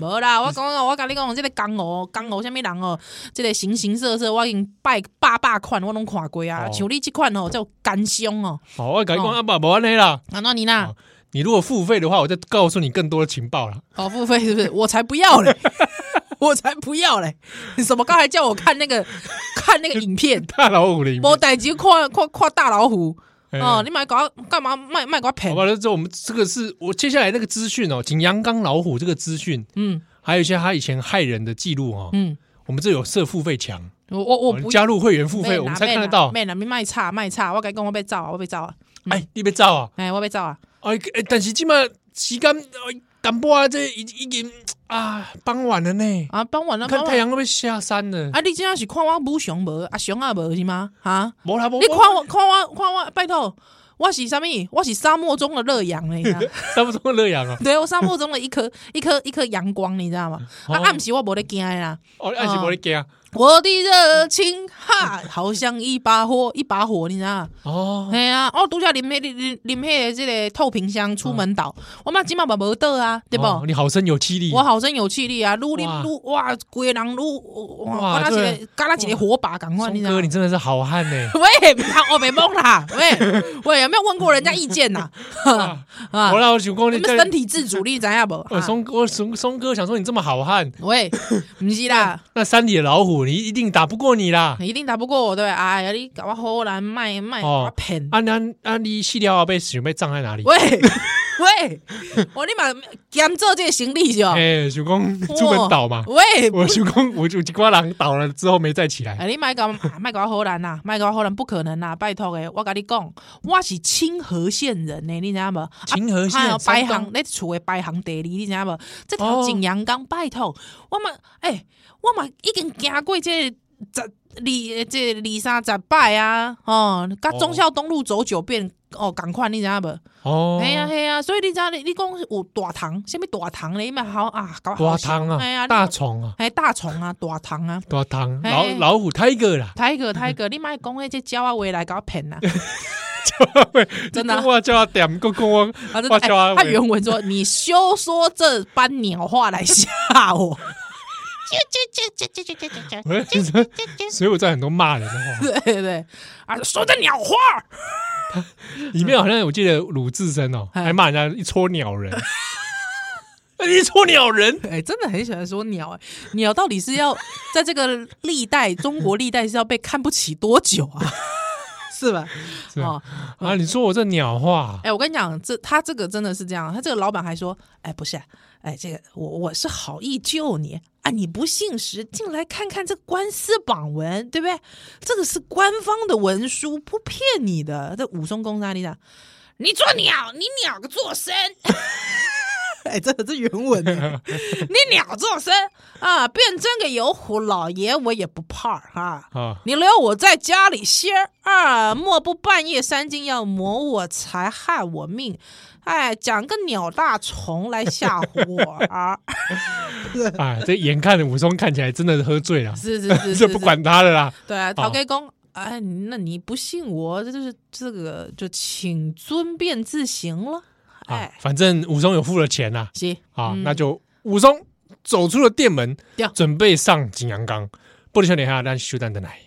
[SPEAKER 3] 无啦，我讲哦我甲你讲，即、个江湖江湖什物人哦，即、个形形色色，我已经拜百百款我拢看过啊。
[SPEAKER 2] 哦
[SPEAKER 3] 像你即款哦，叫干凶哦，
[SPEAKER 2] 好，我跟你讲
[SPEAKER 3] 哦
[SPEAKER 2] 啊，不，不安尼啦。
[SPEAKER 3] 安诺尼娜
[SPEAKER 2] 哦你如果付费的话，我再告诉你更多的情报啦。
[SPEAKER 3] 哦，付费是不是？我才不要嘞， 我才不要嘞！你怎么刚才叫我看那个看那个 影片？
[SPEAKER 2] 大老虎的影片
[SPEAKER 3] 无，代志看看看大老虎
[SPEAKER 2] 哎
[SPEAKER 3] 哦，你买搞干嘛卖卖搞骗
[SPEAKER 2] 好？吧，那这我们这个是我接下来那个资讯哦，景阳冈老虎这个资讯，
[SPEAKER 3] 嗯
[SPEAKER 2] 还有一些他以前害人的记录哦，
[SPEAKER 3] 嗯，
[SPEAKER 2] 我们这有设付费墙，
[SPEAKER 3] 我我我
[SPEAKER 2] 哦
[SPEAKER 3] 不
[SPEAKER 2] 你加入会员付费，我们才看得到。
[SPEAKER 3] 妹啦，你卖差卖差，我甲你讲我被走啊，我被走啊，
[SPEAKER 2] 哎，你别照啊！
[SPEAKER 3] 哎，我被走啊，
[SPEAKER 2] 哎哎，但是今嘛时间哎淡薄啊，这已已经啊傍晚了呢，
[SPEAKER 3] 啊，帮我了，
[SPEAKER 2] 看
[SPEAKER 3] 帮我
[SPEAKER 2] 太阳都要下山了。
[SPEAKER 3] 啊，你真正是看我无熊无啊熊啊无是吗？啊，
[SPEAKER 2] 没啦，没
[SPEAKER 3] 你看我看我看我，拜托，我是啥物？我是沙漠中的热阳呢，你知道
[SPEAKER 2] 差不多热阳啊。
[SPEAKER 3] 对，我沙漠中的一颗一颗一颗阳光，你知道吗？
[SPEAKER 2] 哦
[SPEAKER 3] 啊，暗时我无咧惊的啦，
[SPEAKER 2] 哦，暗时没得惊
[SPEAKER 3] 我的热情哈，好像一把火，一把火，你知道吗？
[SPEAKER 2] 哦，
[SPEAKER 3] 哎呀，我拄则啉迄啉啉迄个即个透瓶香出门倒，我嘛即嘛嘛无倒啊，对
[SPEAKER 2] 哦
[SPEAKER 3] 不？
[SPEAKER 2] 嗯你好生有气力，
[SPEAKER 3] 我好生有气力啊，愈
[SPEAKER 2] 哇
[SPEAKER 3] 啉愈哇，规个人愈哇，
[SPEAKER 2] 哇
[SPEAKER 3] 敢若一
[SPEAKER 2] 对
[SPEAKER 3] 个敢若一个火把赶快，
[SPEAKER 2] 松
[SPEAKER 3] 你知道吗
[SPEAKER 2] 哥，你？真的是好汉呢！
[SPEAKER 3] 喂，别我没蒙啦， 喂喂，有没有问过人家意见呐？ 啊
[SPEAKER 2] 我，老想讲
[SPEAKER 3] 你
[SPEAKER 2] 你
[SPEAKER 3] 们身体 自主力怎样不？
[SPEAKER 2] 呃，
[SPEAKER 3] 啊
[SPEAKER 2] 松哥，松松哥想说你这么好汉，
[SPEAKER 3] 喂，不 是啦，
[SPEAKER 2] 那山里的老虎你一定打不过你啦！
[SPEAKER 3] 一定打不过我对吧？哎呀，你搞我好难卖卖
[SPEAKER 2] 哦
[SPEAKER 3] 我骗。
[SPEAKER 2] 啊，那啊，你细料被准备葬在哪里？
[SPEAKER 3] 喂 喂，我立马兼做这个行李哦就。
[SPEAKER 2] 哎，想讲 出门倒嘛，
[SPEAKER 3] 喂，
[SPEAKER 2] 我想讲我就一瓜人倒了之后没再起来，
[SPEAKER 3] 哎，你卖搞 卖搞荷兰呐，卖搞荷兰不可能呐！拜托诶，我跟你讲，我是清河县人呢，你知道无？啊
[SPEAKER 2] 秦河县
[SPEAKER 3] 哎呦排
[SPEAKER 2] 山
[SPEAKER 3] 行
[SPEAKER 2] 东，
[SPEAKER 3] 咧厝诶排行第二，你知影无？这
[SPEAKER 2] 哦
[SPEAKER 3] 条景阳冈拜托，我嘛诶、我嘛已经行过这十二这二三十摆啊，哦，甲忠孝东路走九遍。哦，赶快，你知影无？
[SPEAKER 2] 哦，
[SPEAKER 3] 哎呀，哎呀，所以你知影你你讲有大堂，什物大堂咧？你嘛好啊，搞
[SPEAKER 2] 大汤
[SPEAKER 3] 哎
[SPEAKER 2] 啊，
[SPEAKER 3] 呀，
[SPEAKER 2] 大
[SPEAKER 3] 大
[SPEAKER 2] 虫啊，
[SPEAKER 3] 哎大虫啊，大堂啊，
[SPEAKER 2] 大汤，
[SPEAKER 3] 哎
[SPEAKER 2] 老老虎 tiger 啦，
[SPEAKER 3] 泰哥泰哥，你莫讲迄只鸟啊话来甲我 骗啊！ 真的啊
[SPEAKER 2] 你跟我叫他点，跟跟我
[SPEAKER 3] 啊，真的
[SPEAKER 2] 我
[SPEAKER 3] 哎
[SPEAKER 2] 叫他
[SPEAKER 3] 他
[SPEAKER 2] 喂
[SPEAKER 3] 原文说：“你休说这般鸟话来吓我。”
[SPEAKER 2] 我就说 所以我在很多骂人的话，
[SPEAKER 3] 对对对，啊，说这鸟话，
[SPEAKER 2] 里面好像我记得鲁智深哦，
[SPEAKER 3] 哎
[SPEAKER 2] 还骂人家一撮鸟人， 你一撮鸟 人，
[SPEAKER 3] 哎、真的很喜欢说鸟、哎，鸟到底是要在这个历代中国历代是要被看不起多久啊？ 是吧？
[SPEAKER 2] 是
[SPEAKER 3] 哦，
[SPEAKER 2] 啊，你说我这鸟话
[SPEAKER 3] 哎、，我跟你讲，这他这个真的是这样，他这个老板还说，哎、不是、哎、这个我我是好意救你啊，你不信时进来看看这官司榜文，对不对？这个是官方的文书，不骗你的。这武松公杀你讲，你做鸟，你鸟个做声，
[SPEAKER 1] 哎，这这原文欸，
[SPEAKER 3] 你鸟做声啊！变真个油胡老爷我也不怕啊！
[SPEAKER 2] 啊，
[SPEAKER 3] 你留我在家里歇儿啊，莫不半夜三更要磨我才害我命。哎，讲个鸟大虫来吓唬我 啊！
[SPEAKER 2] 哎，这眼看着武松看起来真的是喝醉了，
[SPEAKER 3] 是是是是是，
[SPEAKER 2] 就不管他了啦。
[SPEAKER 3] 对啊，
[SPEAKER 2] 好
[SPEAKER 3] 陶给公，哎，那你不信我，这就是这个，就请尊便自行了。
[SPEAKER 2] 啊
[SPEAKER 3] 哎，，
[SPEAKER 2] 反正武松有付了钱啦，
[SPEAKER 3] 行
[SPEAKER 2] 啊，
[SPEAKER 3] 嗯
[SPEAKER 2] 那就武松走出了店门
[SPEAKER 3] 对，
[SPEAKER 2] 准备上景阳冈。不璃兄弟哈，让休蛋的来。